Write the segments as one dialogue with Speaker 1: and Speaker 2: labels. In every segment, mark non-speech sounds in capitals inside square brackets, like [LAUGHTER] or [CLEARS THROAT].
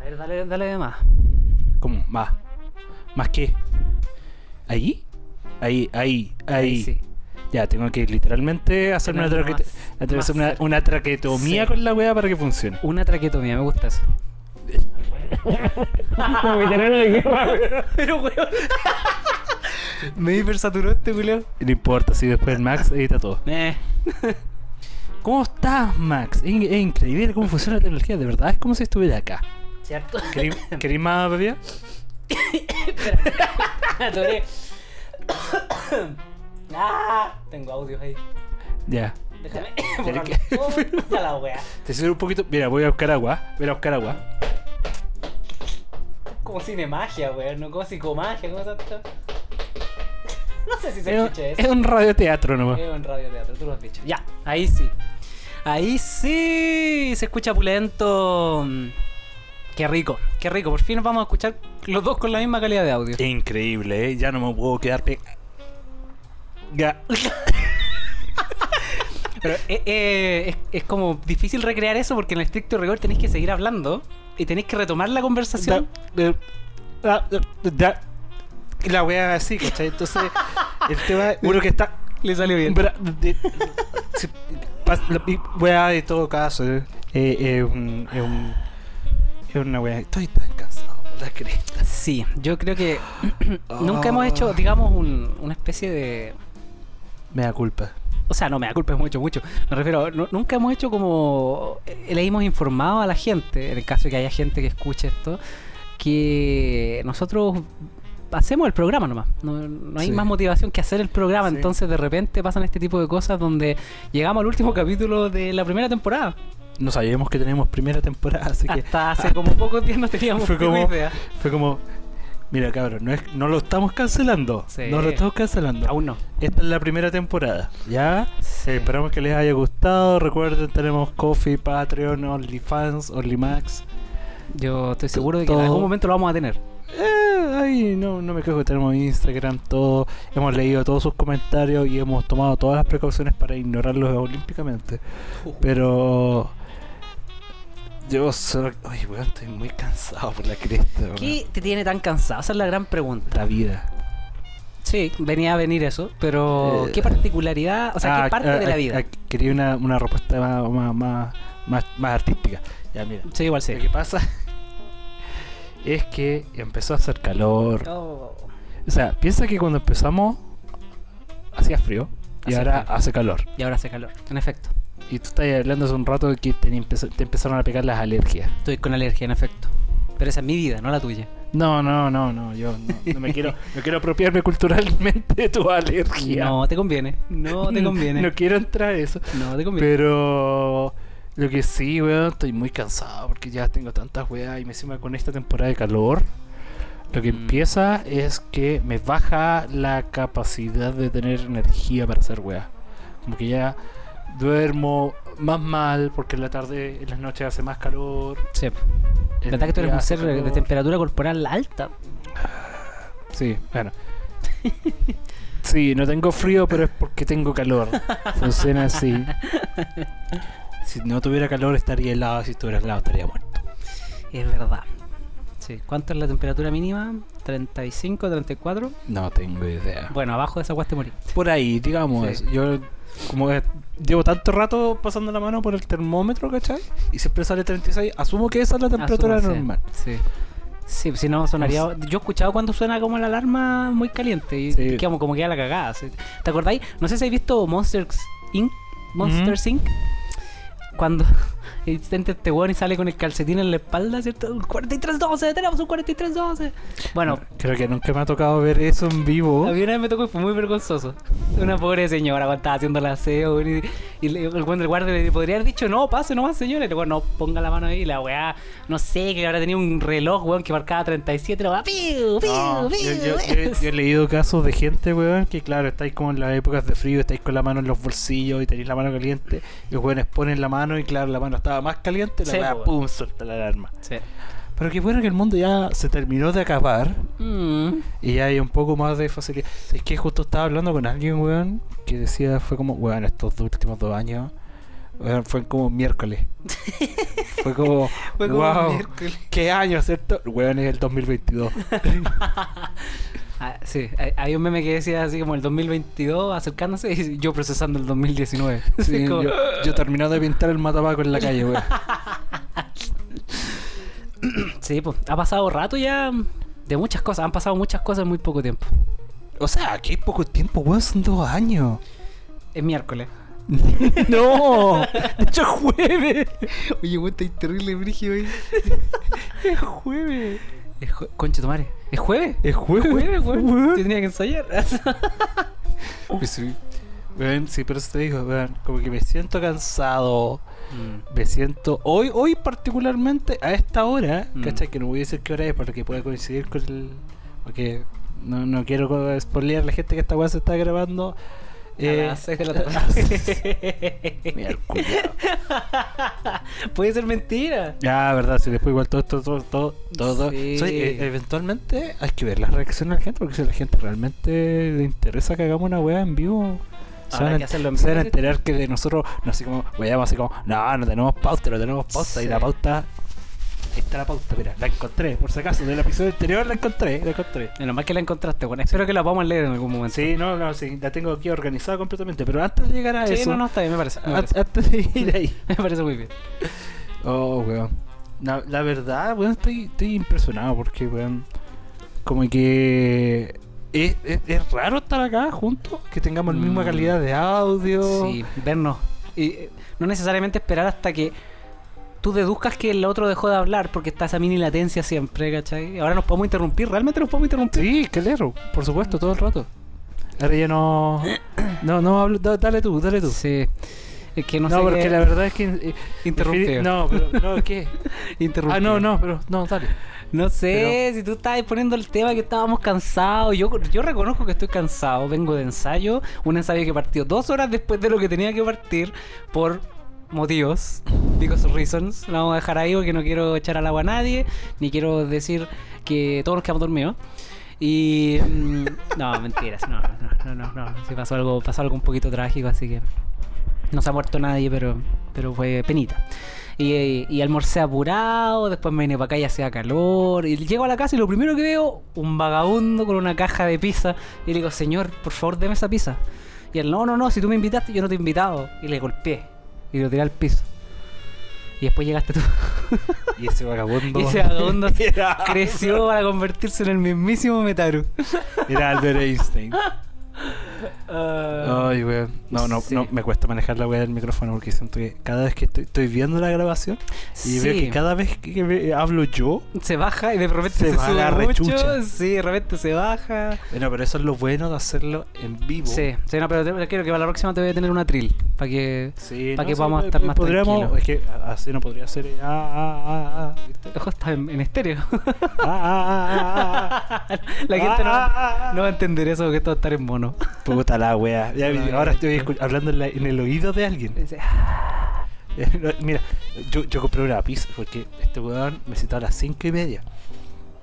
Speaker 1: ver, dale, dale de más.
Speaker 2: ¿Cómo? Va. ¿Más qué? ¿Ahí? Ahí, ahí, ahí.
Speaker 1: sí.
Speaker 2: Ya, tengo que literalmente hacerme una,
Speaker 1: Tener
Speaker 2: traque-
Speaker 1: más-
Speaker 2: hacer
Speaker 1: más
Speaker 2: una,
Speaker 1: cerca.
Speaker 2: una traquetomía
Speaker 1: Sí.
Speaker 2: con la wea para que funcione.
Speaker 1: Una traquetomía, me gusta eso.
Speaker 3: [LAUGHS] Como que tener una
Speaker 1: [LAUGHS]
Speaker 3: guerra, weón.
Speaker 1: Pero, weón.
Speaker 2: Me hipersaturó este culo. No importa, si después el Max edita todo.
Speaker 1: Eh.
Speaker 2: ¿Cómo estás, Max? Es, in- es increíble cómo funciona la tecnología, de verdad. Es como si estuviera acá.
Speaker 1: ¿Cierto? [LAUGHS]
Speaker 2: ¿Queréis
Speaker 1: [COUGHS]
Speaker 2: queréis más bebida?
Speaker 1: Atoré. [COUGHS] ah, tengo audios ahí.
Speaker 2: Ya.
Speaker 1: Déjame. [COUGHS]
Speaker 2: Tiene
Speaker 1: borrarlo. Puta la wea.
Speaker 2: Te sirve un poquito. Mira, voy a buscar agua. Voy a buscar agua.
Speaker 1: Como cinemagia, weón. No como psicomagia, ¿cómo se llama? No sé si se
Speaker 2: Es un,
Speaker 1: escucha eso. Eh.
Speaker 2: es un radioteatro nomás.
Speaker 1: Es un radioteatro, tú lo has dicho. Ya, ahí sí. Ahí sí se escucha pulento. Qué rico, qué rico. Por fin vamos a escuchar los dos con la misma calidad de audio.
Speaker 2: Increíble, ¿eh? Ya no me puedo quedar pe... Ya.
Speaker 1: Pero eh, eh, es, es como difícil recrear eso porque en el estricto rigor tenéis que seguir hablando y tenéis que retomar la conversación.
Speaker 2: Da- eh, ah, eh, da- y la wea así, ¿cachai? Entonces, el tema es uno que está.
Speaker 1: Le salió bien.
Speaker 2: Bra- de- si- pas- la pi- wea de todo caso. eh, eh, eh, un- Es un- es una wea. Estoy tan cansado, puta cresta.
Speaker 1: Sí, yo creo que [CLEARS THROAT] nunca hemos
Speaker 2: Ah.
Speaker 1: hecho, digamos, un- una especie de...
Speaker 2: Me da culpa.
Speaker 1: O sea, no me da culpa, es mucho, mucho. Me refiero, nu- nunca hemos hecho como... eh, Le hemos informado a la gente, en el caso de que haya gente que escuche esto, que nosotros hacemos el programa nomás. No, no hay
Speaker 2: Sí.
Speaker 1: más motivación que hacer el programa.
Speaker 2: Sí.
Speaker 1: Entonces de repente pasan este tipo de cosas donde llegamos al último capítulo de la primera temporada.
Speaker 2: No sabíamos que teníamos primera temporada,
Speaker 1: [LAUGHS]
Speaker 2: así que
Speaker 1: Hasta hace como pocos días no teníamos
Speaker 2: Fue
Speaker 1: fue
Speaker 2: como-
Speaker 1: idea.
Speaker 2: fue como. Mira, cabrón, no, es, no lo estamos cancelando.
Speaker 1: Sí.
Speaker 2: No lo estamos cancelando.
Speaker 1: Aún no.
Speaker 2: Esta es la primera temporada, ¿ya?
Speaker 1: Sí.
Speaker 2: Eh, esperamos que les haya gustado. Recuerden, tenemos Coffee, Patreon, OnlyFans, OnlyMax.
Speaker 1: Yo estoy seguro de que
Speaker 2: Todo-
Speaker 1: en algún momento lo vamos a tener.
Speaker 2: Eh, ay, no, no me quejo, tenemos Instagram, todo. Hemos leído todos sus comentarios y hemos tomado todas las precauciones para
Speaker 1: [LAUGHS]
Speaker 2: ignorarlos olímpicamente. Pero... Yo soy... Ay, weón, estoy muy cansado por la cresta, weón.
Speaker 1: ¿Qué te tiene tan cansado? Esa es la gran pregunta.
Speaker 2: La vida.
Speaker 1: Sí, venía a venir eso, pero
Speaker 2: Eh,
Speaker 1: ¿qué particularidad? O sea,
Speaker 2: Ah,
Speaker 1: ¿qué parte
Speaker 2: ah,
Speaker 1: de la
Speaker 2: ah,
Speaker 1: vida?
Speaker 2: ah, quería una, una respuesta más, más, más, más, más artística. Ya, mira.
Speaker 1: sí, igual sí.
Speaker 2: Lo que pasa [LAUGHS] es que empezó a hacer calor.
Speaker 1: Oh,
Speaker 2: O sea, piensa que cuando empezamos hacía frío y
Speaker 1: Hacía
Speaker 2: ahora
Speaker 1: frío.
Speaker 2: hace calor.
Speaker 1: y ahora hace calor, en efecto.
Speaker 2: Y tú estás hablando hace un rato de que te, empezó- te empezaron a pegar las alergias.
Speaker 1: Estoy con alergia, en efecto. Pero esa es mi vida, no la tuya.
Speaker 2: No, no, no, no, yo no, no
Speaker 1: [LAUGHS]
Speaker 2: me quiero, no quiero apropiarme culturalmente de tu alergia.
Speaker 1: No te conviene, [LAUGHS] no te conviene.
Speaker 2: [LAUGHS] No quiero entrar a eso.
Speaker 1: No te conviene.
Speaker 2: Pero lo que sí, weón, estoy muy cansado porque ya tengo tantas weas y me encima con esta temporada de calor. Lo que
Speaker 1: Mm.
Speaker 2: empieza es que me baja la capacidad de tener energía para hacer weas. Como que ya duermo más mal porque en la tarde, en las noches hace más calor.
Speaker 1: Sí,
Speaker 2: en
Speaker 1: verdad
Speaker 2: el
Speaker 1: que tú eres
Speaker 2: día
Speaker 1: un
Speaker 2: hace
Speaker 1: ser de
Speaker 2: calor.
Speaker 1: temperatura corporal alta.
Speaker 2: Sí, bueno. Sí, no tengo frío, pero es porque tengo calor. Funciona así. Si no tuviera calor estaría helado, si estuviera helado estaría muerto.
Speaker 1: Es verdad. Sí, ¿cuánto es la temperatura mínima? 35, 34.
Speaker 2: No tengo idea.
Speaker 1: Bueno, abajo de esa agua te morí.
Speaker 2: Por ahí, digamos,
Speaker 1: Sí.
Speaker 2: yo como es- llevo tanto rato pasando la mano por el termómetro, ¿cachai? Y siempre sale 36, asumo que esa es la temperatura
Speaker 1: Asúmase.
Speaker 2: normal. Pues
Speaker 1: Sí. Sí, si no sonaría. Yo he escuchado cuando suena como la alarma muy caliente y
Speaker 2: Sí.
Speaker 1: quedamos como queda la cagada. sí. ¿Te acordáis? No sé si habéis visto Monsters Inc.
Speaker 2: Mm.
Speaker 1: Monsters Inc. Cuando [LAUGHS] intenta este weón y sale con el calcetín en la espalda, ¿cierto? Un 43-12, tenemos un 43-12. Bueno,
Speaker 2: Creo que nunca me ha tocado ver eso en
Speaker 1: [LAUGHS]
Speaker 2: vivo.
Speaker 1: a mí una vez me tocó y fue muy vergonzoso. Una pobre señora cuando estaba haciendo el aseo y, y le- el weón del guardia le podría haber dicho, no, pase nomás señora. Y le digo, no, ponga la mano ahí. Y la weá, no sé, que ahora tenía un reloj, weón, que marcaba 37. Y la weá, piu, piu,
Speaker 2: No, yo,
Speaker 1: piu.
Speaker 2: yo- yo- yo he leído casos de gente, weón, que claro, estáis como en las épocas de frío, estáis con la mano en los bolsillos y tenéis la mano caliente. y Los weones ponen la mano y claro, la mano estaba más caliente, la
Speaker 1: Sí,
Speaker 2: weá,
Speaker 1: po,
Speaker 2: pum, suelta la alarma.
Speaker 1: [LAUGHS] Sí.
Speaker 2: Pero qué bueno que el mundo ya se terminó de acabar
Speaker 1: Mm.
Speaker 2: y ya hay un poco más de facilidad. Es que justo estaba hablando con alguien, weón, que decía, fue como, weón, estos dos últimos dos años Weón, fue
Speaker 1: [LAUGHS]
Speaker 2: como miércoles. fue como.
Speaker 1: Fue como
Speaker 2: wow,
Speaker 1: miércoles.
Speaker 2: ¿Qué año, cierto? Weón, es
Speaker 1: [LAUGHS]
Speaker 2: el 2022.
Speaker 1: Ah, sí, hay- había un meme que decía así como el 2022 acercándose y yo procesando el [LAUGHS] 2019.
Speaker 2: Sí,
Speaker 1: Es
Speaker 2: yo,
Speaker 1: como-
Speaker 2: yo terminando de pintar el matapaco en la
Speaker 1: [LAUGHS]
Speaker 2: calle, weón.
Speaker 1: Sí, pues ha pasado rato ya de muchas cosas, han pasado muchas cosas en muy poco tiempo.
Speaker 2: O sea, que hay poco tiempo, weón, son
Speaker 1: [LAUGHS]
Speaker 2: dos años.
Speaker 1: Es miércoles.
Speaker 2: no, de hecho es jueves.
Speaker 1: Oye, vos estáis terrible, Brigio, eh.
Speaker 2: Es jueves.
Speaker 1: Es jue- Concha tu madre. ¿Es jueves?
Speaker 2: Es
Speaker 1: Es
Speaker 2: jueves,
Speaker 1: jueves, weón. Yo
Speaker 2: weón.
Speaker 1: tenía que ensayar. [LAUGHS]
Speaker 2: Pues sí. Weón, sí, pero eso te digo, weón, como que me siento cansado.
Speaker 1: Mm.
Speaker 2: Me siento. Hoy, hoy particularmente, a esta hora,
Speaker 1: Mm.
Speaker 2: ¿cachai? Que no voy a decir qué hora es para que pueda coincidir con el. Porque no, no quiero co- spoilear a la gente que esta weá se está grabando.
Speaker 1: a
Speaker 2: Eh,
Speaker 1: las 6 de la
Speaker 2: [LAUGHS]
Speaker 1: tarde. [LAUGHS]
Speaker 2: Mira el culiao.
Speaker 1: Puede ser mentira.
Speaker 2: Ya, verdad, si después igual todo esto, todo, todo, todo.
Speaker 1: Sí.
Speaker 2: Soy- e- eventualmente hay que ver las reacciones de la gente, porque si a la gente realmente le interesa que hagamos una weá en vivo. Se
Speaker 1: Habrá
Speaker 2: van,
Speaker 1: que
Speaker 2: a,
Speaker 1: hacerlo en
Speaker 2: se van a
Speaker 1: vivo.
Speaker 2: enterar que de nosotros, no así como, weyamos así como, no, no tenemos pauta, no tenemos pauta, y
Speaker 1: Sí.
Speaker 2: la pauta, ahí está la pauta, mira, la encontré, por si acaso, del episodio anterior la encontré, la encontré.
Speaker 1: Menos mal que la encontraste, bueno. Espero que la podamos leer en algún momento.
Speaker 2: Sí, no, no, sí, la tengo aquí organizada completamente, pero antes de llegar a
Speaker 1: Sí,
Speaker 2: eso,
Speaker 1: no, no, está bien, me parece. Me
Speaker 2: an-
Speaker 1: [LAUGHS] parece,
Speaker 2: antes de ir ahí,
Speaker 1: me parece muy bien.
Speaker 2: Oh, weón. La, la verdad, weón, estoy, estoy impresionado porque, weón, como que es, es- es raro estar acá juntos, que tengamos la misma
Speaker 1: Mm.
Speaker 2: calidad de audio.
Speaker 1: Sí, vernos. Y eh, no necesariamente esperar hasta que tú deduzcas que el otro dejó de hablar porque está esa mini latencia siempre, ¿cachai? Ahora nos podemos interrumpir, realmente nos podemos interrumpir.
Speaker 2: Sí, claro, por supuesto, todo el rato. Ahora ya no... No, no, hablo- da- dale tú, dale tú.
Speaker 1: Sí. Es que no,
Speaker 2: No,
Speaker 1: sé
Speaker 2: porque
Speaker 1: qué-
Speaker 2: la verdad es que... eh,
Speaker 1: Interrumpido.
Speaker 2: No, pero... No, [LAUGHS] ¿qué?
Speaker 1: interrumpido.
Speaker 2: ah, no, no, pero... No, dale.
Speaker 1: No sé, si tú estabas poniendo el tema que estábamos cansados. Yo, yo reconozco que estoy cansado. Vengo de ensayo. Un ensayo que partió dos horas después de lo que tenía que partir por motivos. Because of reasons. Lo vamos a dejar ahí porque no quiero echar al agua a nadie. Ni quiero decir que todos nos quedamos dormidos. Y. mm, no, mentiras. No, no, no, no. no. Sí, pasó algo, pasó algo un poquito trágico, así que. No se ha muerto nadie, pero, pero fue penita. Y, y almorcé apurado, después me vine para acá y hacía calor. Y llego a la casa y lo primero que veo, un vagabundo con una caja de pizza. Y le digo, señor, por favor, deme esa pizza. Y él, no, no, no, si tú me invitaste, yo no te he invitado. Y le golpeé. Y lo tiré al piso. Y después llegaste tú.
Speaker 2: [LAUGHS] Y ese vagabundo...
Speaker 1: Y ese vagabundo se-
Speaker 2: era,
Speaker 1: creció para convertirse en el mismísimo Metaru.
Speaker 2: era Albert Einstein.
Speaker 1: Ah,
Speaker 2: Ay, weón. No, no,
Speaker 1: Sí.
Speaker 2: no, me cuesta manejar la weá del micrófono porque siento que cada vez que estoy, estoy viendo la grabación y veo
Speaker 1: sí.
Speaker 2: que cada vez que, que ve- hablo yo.
Speaker 1: Se baja y de repente
Speaker 2: Se
Speaker 1: se,
Speaker 2: baja
Speaker 1: sube
Speaker 2: la
Speaker 1: mucho.
Speaker 2: rechucha.
Speaker 1: Sí, de repente se baja.
Speaker 2: Bueno, pero eso es lo bueno de hacerlo en vivo.
Speaker 1: Sí, sí, no, pero te- creo que para la próxima te voy a tener una trill. Para que.
Speaker 2: Sí,
Speaker 1: Pa' que
Speaker 2: sí,
Speaker 1: podamos
Speaker 2: eh,
Speaker 1: estar más
Speaker 2: podríamos,
Speaker 1: tranquilos.
Speaker 2: Es que a- así no podría ser. eh, Ah, ah, ah, ah, ¿viste?
Speaker 1: Ojo, está en, en estéreo. [LAUGHS]
Speaker 2: Ah, ah, ah, ah,
Speaker 1: la gente no,
Speaker 2: Ah.
Speaker 1: va, no va a entender eso porque esto va a estar en mono.
Speaker 2: ah. Puta la weá. Ya,
Speaker 1: Ay,
Speaker 2: ahora estoy
Speaker 1: esto.
Speaker 2: escu- hablando en, la- en el oído de alguien.
Speaker 1: [LAUGHS] Dice, "Ah,
Speaker 2: [LAUGHS] Mira, yo, yo compré una pizza porque este weón me citó a las cinco y media.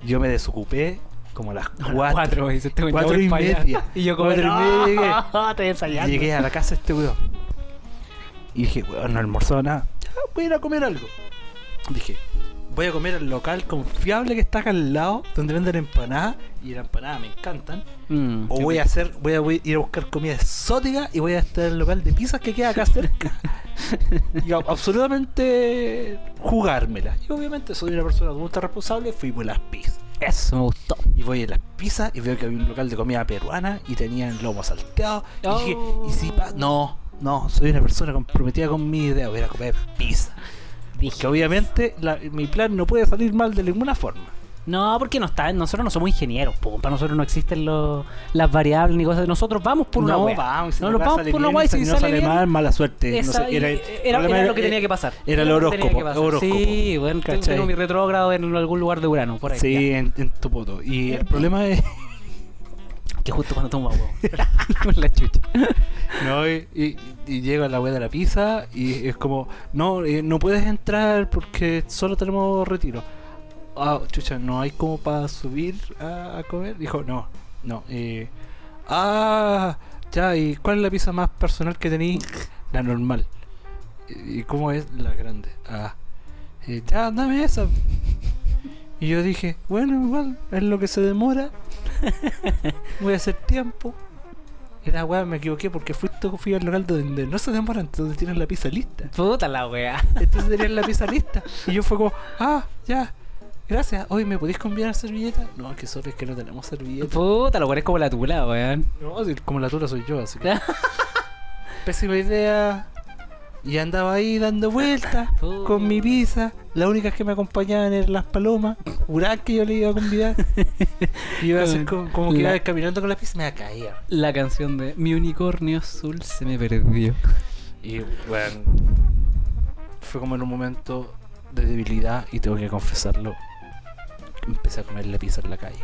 Speaker 2: Yo me desocupé como a las
Speaker 1: no, las
Speaker 2: cuatro.
Speaker 1: cuatro, dice este weón, ya
Speaker 2: Cuatro
Speaker 1: voy
Speaker 2: y
Speaker 1: pa' allá".
Speaker 2: media.
Speaker 1: Y yo como.
Speaker 2: Cuatro y media llegué.
Speaker 1: [LAUGHS] "Ah, estoy ensayando".
Speaker 2: Llegué a la casa de este weón. Y dije, weón, no almorzó nada. Ya, voy a ir a comer algo. Dije, voy a comer al local confiable que está acá al lado, donde venden empanadas. Y las empanadas me encantan.
Speaker 1: Mm,
Speaker 2: O voy a hacer, voy a, voy a ir a buscar comida exótica y voy a estar en el local de pizzas que queda acá [LAUGHS] cerca. y a- absolutamente jugármela. Y obviamente soy una persona adulta responsable, fui por las pizzas.
Speaker 1: Eso me gustó.
Speaker 2: Y voy a las pizzas y veo que había un local de comida peruana y tenían lomo salteado.
Speaker 1: Oh.
Speaker 2: Y dije, ¿y si pa- No, no, soy una persona comprometida con mi idea, voy a ir a comer pizza. Que obviamente la- mi plan no puede salir mal de ninguna forma.
Speaker 1: No, porque no está, nosotros no somos ingenieros, po. para nosotros no existen los- las variables ni cosas. Nosotros vamos por una
Speaker 2: no,
Speaker 1: wea.
Speaker 2: vamos, si
Speaker 1: no,
Speaker 2: la
Speaker 1: nos
Speaker 2: weá
Speaker 1: vamos
Speaker 2: sale
Speaker 1: por una
Speaker 2: bien,
Speaker 1: wea y si
Speaker 2: no
Speaker 1: sale
Speaker 2: sale
Speaker 1: bien,
Speaker 2: mal, mala suerte. no
Speaker 1: Esa-
Speaker 2: sé, era,
Speaker 1: y- era-
Speaker 2: problema
Speaker 1: era
Speaker 2: era-
Speaker 1: lo que tenía que pasar.
Speaker 2: era el
Speaker 1: lo que tenía
Speaker 2: horóscopo,
Speaker 1: que pasar.
Speaker 2: horóscopo.
Speaker 1: Sí, bueno, tengo-
Speaker 2: ¿Cachai?
Speaker 1: tengo mi retrógrado en algún lugar de Urano, por ahí.
Speaker 2: Sí, en, en tu poto. [LAUGHS] Y el problema es.
Speaker 1: ya. Que justo cuando toma [LAUGHS] huevo. la chucha.
Speaker 2: No, y, y, y llega la wea de la pizza y es como, no, eh, no puedes entrar porque solo tenemos retiro. Ah, chucha, no hay como para subir a, a comer. Dijo, no, no. eh, ah, ya, ¿y cuál es la pizza más personal que tenéis? La normal. ¿Y cómo es la grande? Ah. Y, ya, dame esa. Y yo dije, bueno, igual, es lo que se demora. Voy a hacer tiempo. Y la weá me equivoqué porque fui, fui al local donde no se demora, entonces tienes la pizza lista.
Speaker 1: Puta la wea.
Speaker 2: Entonces tenían la pizza lista. Y yo fue como, ah, ya, gracias. Hoy me podéis combinar servilleta. No, que solo es que no tenemos servilleta.
Speaker 1: Puta la wea es como la tula, weón.
Speaker 2: No, si como la tula soy yo, así que. [LAUGHS] Pésima idea. Y andaba ahí dando vueltas
Speaker 1: Oh.
Speaker 2: con mi pizza. Las únicas que me acompañaban eran las palomas. Urán que yo le iba a convidar. Y iba a hacer como, como que
Speaker 1: La-
Speaker 2: iba caminando con la pizza y me iba a caer.
Speaker 1: La canción de Mi unicornio azul se me perdió.
Speaker 2: Y bueno, fue como en un momento de debilidad y tengo que confesarlo. Empecé a comer la pizza en la calle.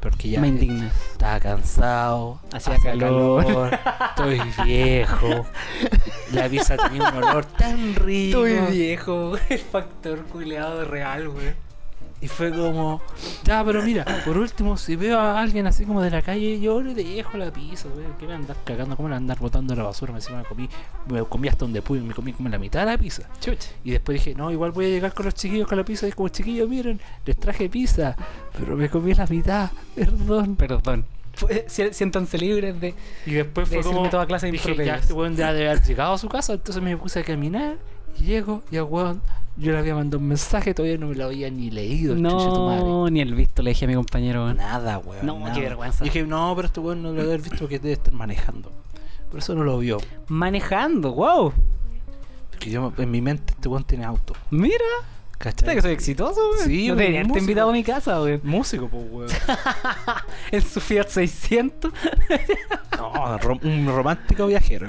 Speaker 2: Porque ya
Speaker 1: me indignas.
Speaker 2: estaba cansado,
Speaker 1: Hacía
Speaker 2: hacía
Speaker 1: calor.
Speaker 2: calor, estoy viejo. La pizza tenía un olor tan rico.
Speaker 1: viejo, [LAUGHS] el factor culeado real, weón.
Speaker 2: Y fue como, ya, pero mira, por último, si veo a alguien así como de la calle, yo le dejo la pizza, güey. ¿Qué me andas cagando? ¿Cómo la andas botando a la basura? Me encima me comí, me comí hasta donde pude, me comí como la mitad de la pizza.
Speaker 1: Chucha.
Speaker 2: Y después dije, no, igual voy a llegar con los chiquillos con la pizza. Y como, chiquillos, miren, les traje pizza, pero me comí la mitad, [LAUGHS] perdón.
Speaker 1: Perdón. Fue- si- Siéntanse libres de.
Speaker 2: Y después
Speaker 1: De
Speaker 2: fue
Speaker 1: decirme
Speaker 2: como,
Speaker 1: toda clase de
Speaker 2: dije, ya
Speaker 1: improperios.
Speaker 2: este weón ya debe haber [LAUGHS] llegado a su casa. Entonces me puse a caminar y llego y al weón, yo le había mandado un mensaje, todavía no me lo había ni leído. chucha tu madre.
Speaker 1: No, ni el visto le dije a mi compañero, weón.
Speaker 2: Nada, weón.
Speaker 1: No,
Speaker 2: nada.
Speaker 1: qué vergüenza.
Speaker 2: Y dije, no, pero este weón no lo debe haber visto que debe estar manejando. Por eso no lo vio.
Speaker 1: Manejando, wow.
Speaker 2: Porque yo en mi mente este weón tiene auto.
Speaker 1: Mira, ¿viste
Speaker 2: ¿Cachai?
Speaker 1: que soy exitoso, weón.
Speaker 2: Sí,
Speaker 1: no
Speaker 2: un
Speaker 1: debería haberte
Speaker 2: músico.
Speaker 1: invitado a mi casa, weón.
Speaker 2: Músico, pues weón.
Speaker 1: En su Fiat 600,
Speaker 2: No, rom- un romántico [LAUGHS] viajero.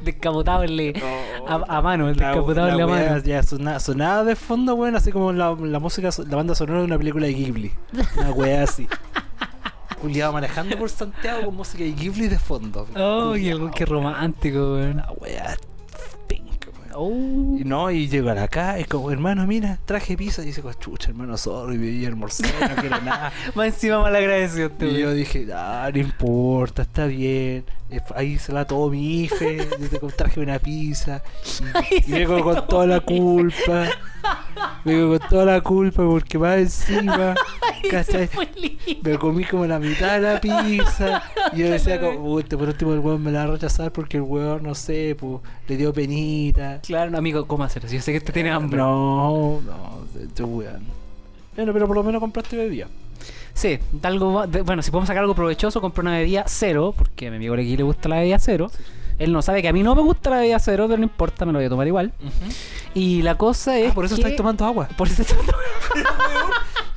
Speaker 1: descapotable a, a mano, el
Speaker 2: La-
Speaker 1: descapotable
Speaker 2: la
Speaker 1: a
Speaker 2: wea
Speaker 1: mano.
Speaker 2: Ya sona- sonaba de fondo, weón, así como la, la música, so- la banda sonora de una película de Ghibli. Una
Speaker 1: [LAUGHS]
Speaker 2: weá así. Juliado manejando por Santiago con música de Ghibli de fondo.
Speaker 1: Oh, y
Speaker 2: Culiao,
Speaker 1: algo que romántico, weón.
Speaker 2: La weá penca, weón.
Speaker 1: Oh.
Speaker 2: Y no, y llegan acá, es como, hermano, mira, traje pizza. Y dice, como, chucha, hermano, sorry, viví almorcé, no quiero
Speaker 1: [LAUGHS]
Speaker 2: nada.
Speaker 1: Más encima mal agradecido este,
Speaker 2: Y yo
Speaker 1: [LAUGHS] weón.
Speaker 2: dije, ah, no importa, está bien. Eh, Ahí se la tomó mi ife, yo te traje una pizza. Y, y
Speaker 1: se
Speaker 2: vengo
Speaker 1: la
Speaker 2: con
Speaker 1: tomó
Speaker 2: toda
Speaker 1: mi [LAUGHS]
Speaker 2: la
Speaker 1: ife.
Speaker 2: culpa. Vengo con toda la culpa porque más [LAUGHS] encima,
Speaker 1: Y se
Speaker 2: ¿cachai?
Speaker 1: fue libre.
Speaker 2: Me comí como la mitad de la [LAUGHS] pizza. Y yo decía,
Speaker 1: Claro.
Speaker 2: como, puta, por último el weón me la va a rechazar porque el weón, no sé, pues, le dio penita.
Speaker 1: Claro, no, amigo, ¿cómo hacer? Yo sé que usted tiene hambre.
Speaker 2: No, no, te weón. Bueno, pero por lo menos compraste bebida.
Speaker 1: Sí, de algo, va- de- bueno, si podemos sacar algo provechoso, compré una bebida cero, porque a mi amigo aquí le gusta la bebida cero. Él no sabe que a mí no me gusta la bebida cero, pero no importa, me lo voy a tomar igual. Y la cosa es.
Speaker 2: Ah, por eso
Speaker 1: que-
Speaker 2: estáis tomando [LAUGHS] agua.
Speaker 1: [LAUGHS] Por eso estoy tomando.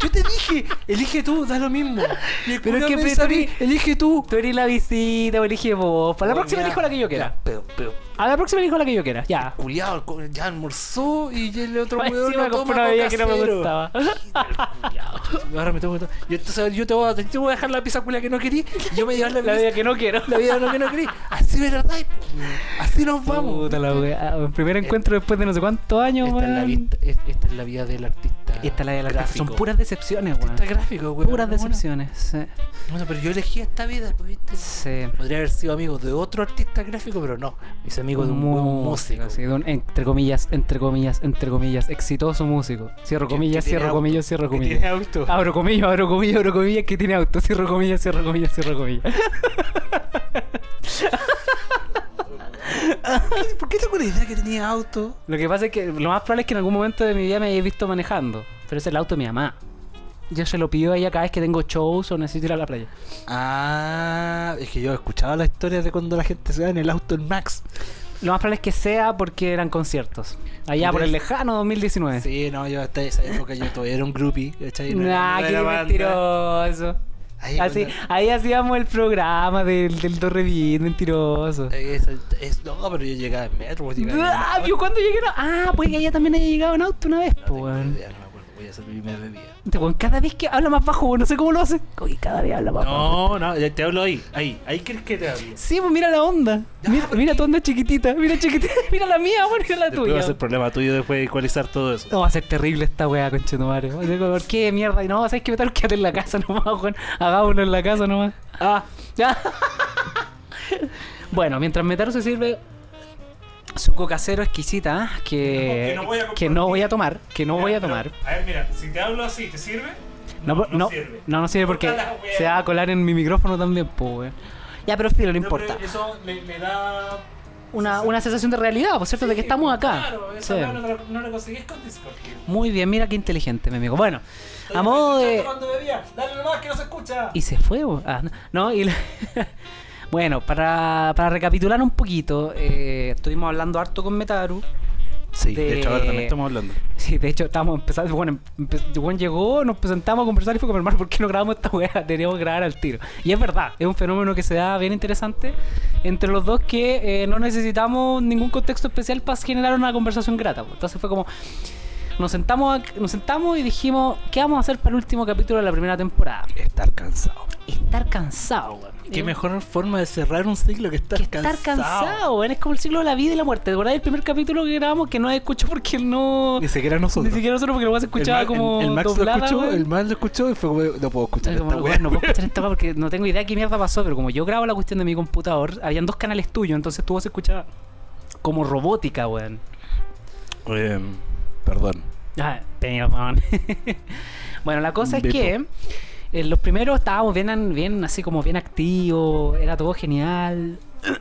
Speaker 2: Yo te dije, elige tú, da lo mismo. Y el
Speaker 1: Pero es
Speaker 2: culiao
Speaker 1: que
Speaker 2: me dice a mí,
Speaker 1: Peter-
Speaker 2: elige tú.
Speaker 1: Tú eres la visita, o elige vos. Para la próxima
Speaker 2: Weón,
Speaker 1: elijo la que yo quiera.
Speaker 2: ya, Pero, pero,
Speaker 1: A la próxima elijo la que yo quiera, ya.
Speaker 2: culiao, el co- ya almorzó y ya el otro
Speaker 1: Más
Speaker 2: weón
Speaker 1: encima
Speaker 2: no
Speaker 1: compré
Speaker 2: toma
Speaker 1: una bebida que no me
Speaker 2: Coca-Cero.
Speaker 1: gustaba. [LAUGHS]
Speaker 2: Culiao, chucho, Ahora me tengo que to- Y entonces yo te voy a, te voy a dejar la pizza culia que no querí. y Yo me llevo la,
Speaker 1: La
Speaker 2: pizza-
Speaker 1: bebida que no quiero.
Speaker 2: la vida lo que no querí. Así me tratáis. Así nos vamos.
Speaker 1: Puta la wea. El primer encuentro después de no sé cuántos años,
Speaker 2: Esta es, la
Speaker 1: weón.
Speaker 2: vista- es- esta es la vida del artista.
Speaker 1: Esta es la vida del artista.
Speaker 2: gráfico.
Speaker 1: Son puras decepciones, weón.
Speaker 2: Artista gráfico, weón.
Speaker 1: Puras
Speaker 2: Bueno,
Speaker 1: decepciones, sí.
Speaker 2: Bueno, pero yo elegí esta vida, pues, ¿viste?
Speaker 1: Sí.
Speaker 2: Podría haber sido amigo de otro artista gráfico, pero no. Mis amigos de un buen músico.
Speaker 1: sí, de un, entre comillas, entre comillas, entre comillas, exitoso músico. Cierro
Speaker 2: Que-
Speaker 1: comillas,
Speaker 2: que tiene
Speaker 1: cierro
Speaker 2: auto,
Speaker 1: comillas, cierro
Speaker 2: que
Speaker 1: comillas.
Speaker 2: tiene auto.
Speaker 1: Abro comillas, abro comillas, abro comillas, que tiene auto. Cierro comillas, cierro comillas, cierro comillas.
Speaker 2: [LAUGHS] ¿Por qué tengo la idea que tenía auto?
Speaker 1: Lo que pasa es que lo más probable es que en algún momento de mi vida me hayáis visto manejando. Pero es el auto de mi mamá. Yo se lo pido a ella cada vez que tengo shows o necesito ir a la playa.
Speaker 2: Ah, es que yo escuchaba las historias de cuando la gente se va en el auto en Max.
Speaker 1: Lo más probable es que sea porque eran conciertos. Allá por el lejano 2019.
Speaker 2: Sí, no, yo hasta esa época yo todavía era un groupie. ¿cachai? No era-
Speaker 1: Nah,
Speaker 2: no
Speaker 1: Ah, qué
Speaker 2: era banda.
Speaker 1: mentiroso.
Speaker 2: Ahí
Speaker 1: Así,
Speaker 2: cuando-
Speaker 1: ahí hacíamos el programa del, del Dorrevín, mentiroso.
Speaker 2: Eh, es- es- no, pero yo llegaba en metro. pues, llegaba en
Speaker 1: Ah,
Speaker 2: auto.
Speaker 1: yo cuando llegué no- Ah, pues que ella también haya llegado en auto una vez,
Speaker 2: No
Speaker 1: po,
Speaker 2: tengo
Speaker 1: pues, weón.
Speaker 2: idea, no me acuerdo, voy a hacer mi primera bebida.
Speaker 1: Este weón cada vez que habla más bajo, weón, no sé cómo lo hace. Oye, cada vez habla más bajo.
Speaker 2: No, no, ya te hablo ahí, ahí, ahí crees que te hablo.
Speaker 1: Sí, pues mira la onda.
Speaker 2: Ya,
Speaker 1: Mira,
Speaker 2: ¿por
Speaker 1: mira
Speaker 2: qué?
Speaker 1: tu onda chiquitita. Mira chiquitita. [LAUGHS] Mira la mía, weón, mira la
Speaker 2: Después va
Speaker 1: tuya.
Speaker 2: a ser problema tuyo después de ecualizar todo eso.
Speaker 1: No, va a ser terrible esta weá, conchetumare. O sea, ¿Por qué mierda? Y No, ¿sabes qué? Mejor Quédate en la casa [LAUGHS] nomás, weón. Hagámoslo en la casa nomás.
Speaker 2: Ah,
Speaker 1: bueno, mientras Metaro se sirve Suco casero exquisita que,
Speaker 4: Que no voy a
Speaker 1: que no voy a tomar. Que no
Speaker 4: Mira,
Speaker 1: voy a
Speaker 4: pero,
Speaker 1: tomar.
Speaker 4: A ver, mira, si te hablo así, ¿te sirve?
Speaker 1: No, po- no,
Speaker 4: sirve.
Speaker 1: no, no sirve porque
Speaker 4: Puta la wea.
Speaker 1: se va a colar en mi micrófono también, pues, weón. Ya, pero filo, no importa.
Speaker 4: pero Eso le, le da.
Speaker 1: Una, una sensación de realidad, por cierto, de que estamos acá.
Speaker 4: Claro,
Speaker 1: Sí.
Speaker 4: eso no, lo, no lo conseguís con Discord. tío.
Speaker 1: Muy bien, mira qué inteligente, mi amigo. Bueno,
Speaker 4: Estoy
Speaker 1: a modo de.
Speaker 4: escuchando Cuando bebía. Dale nomás que no se escucha. [LAUGHS]
Speaker 1: Y se fue, bo- ah, no, no, y la- [LAUGHS] Bueno, para, para recapitular un poquito, eh, estuvimos hablando harto con Metaru.
Speaker 2: Sí, de,
Speaker 1: de-
Speaker 2: hecho ahora también estamos hablando.
Speaker 1: Sí, de hecho, estábamos empezando. Bueno, empe- Juan llegó, nos presentamos a conversar y fue como, hermano, ¿por qué no grabamos esta weá? [LAUGHS] Teníamos que grabar al tiro. Y es verdad, es un fenómeno que se da bien interesante entre los dos que eh, no necesitamos ningún contexto especial para generar una conversación grata. pues. Entonces fue como. Nos sentamos, ac- nos sentamos y dijimos, ¿qué vamos a hacer para el último capítulo de la primera temporada?
Speaker 2: Estar cansado.
Speaker 1: Estar cansado, weón.
Speaker 2: Qué
Speaker 1: Eh,
Speaker 2: mejor forma de cerrar un ciclo que estar
Speaker 1: que estar cansado, weón. Es como el ciclo de la vida y la muerte. ¿Te acordás del primer capítulo que grabamos que no escuchó porque no.
Speaker 2: Ni siquiera
Speaker 1: Ni
Speaker 2: nosotros.
Speaker 1: siquiera nosotros porque la weá se escuchaba
Speaker 2: el, Ma-
Speaker 1: como.
Speaker 2: el, el Max
Speaker 1: doblada,
Speaker 2: lo escuchó,
Speaker 1: weón.
Speaker 2: el Max lo escuchó y fue como, no puedo escuchar
Speaker 1: Era como,
Speaker 2: esta
Speaker 1: weón,
Speaker 2: weá.
Speaker 1: no puedo escuchar esta weá porque no tengo idea de qué mierda pasó, pero como yo grabo la cuestión de mi computador, habían dos canales tuyos, entonces tu voz se escuchaba como robótica, weón.
Speaker 2: Em, perdón.
Speaker 1: Ah, perdón. [LAUGHS] bueno, la cosa es
Speaker 2: Bepo.
Speaker 1: que eh, los primeros estábamos bien, an- bien así como bien activos, era todo genial. [CLEARS THROAT]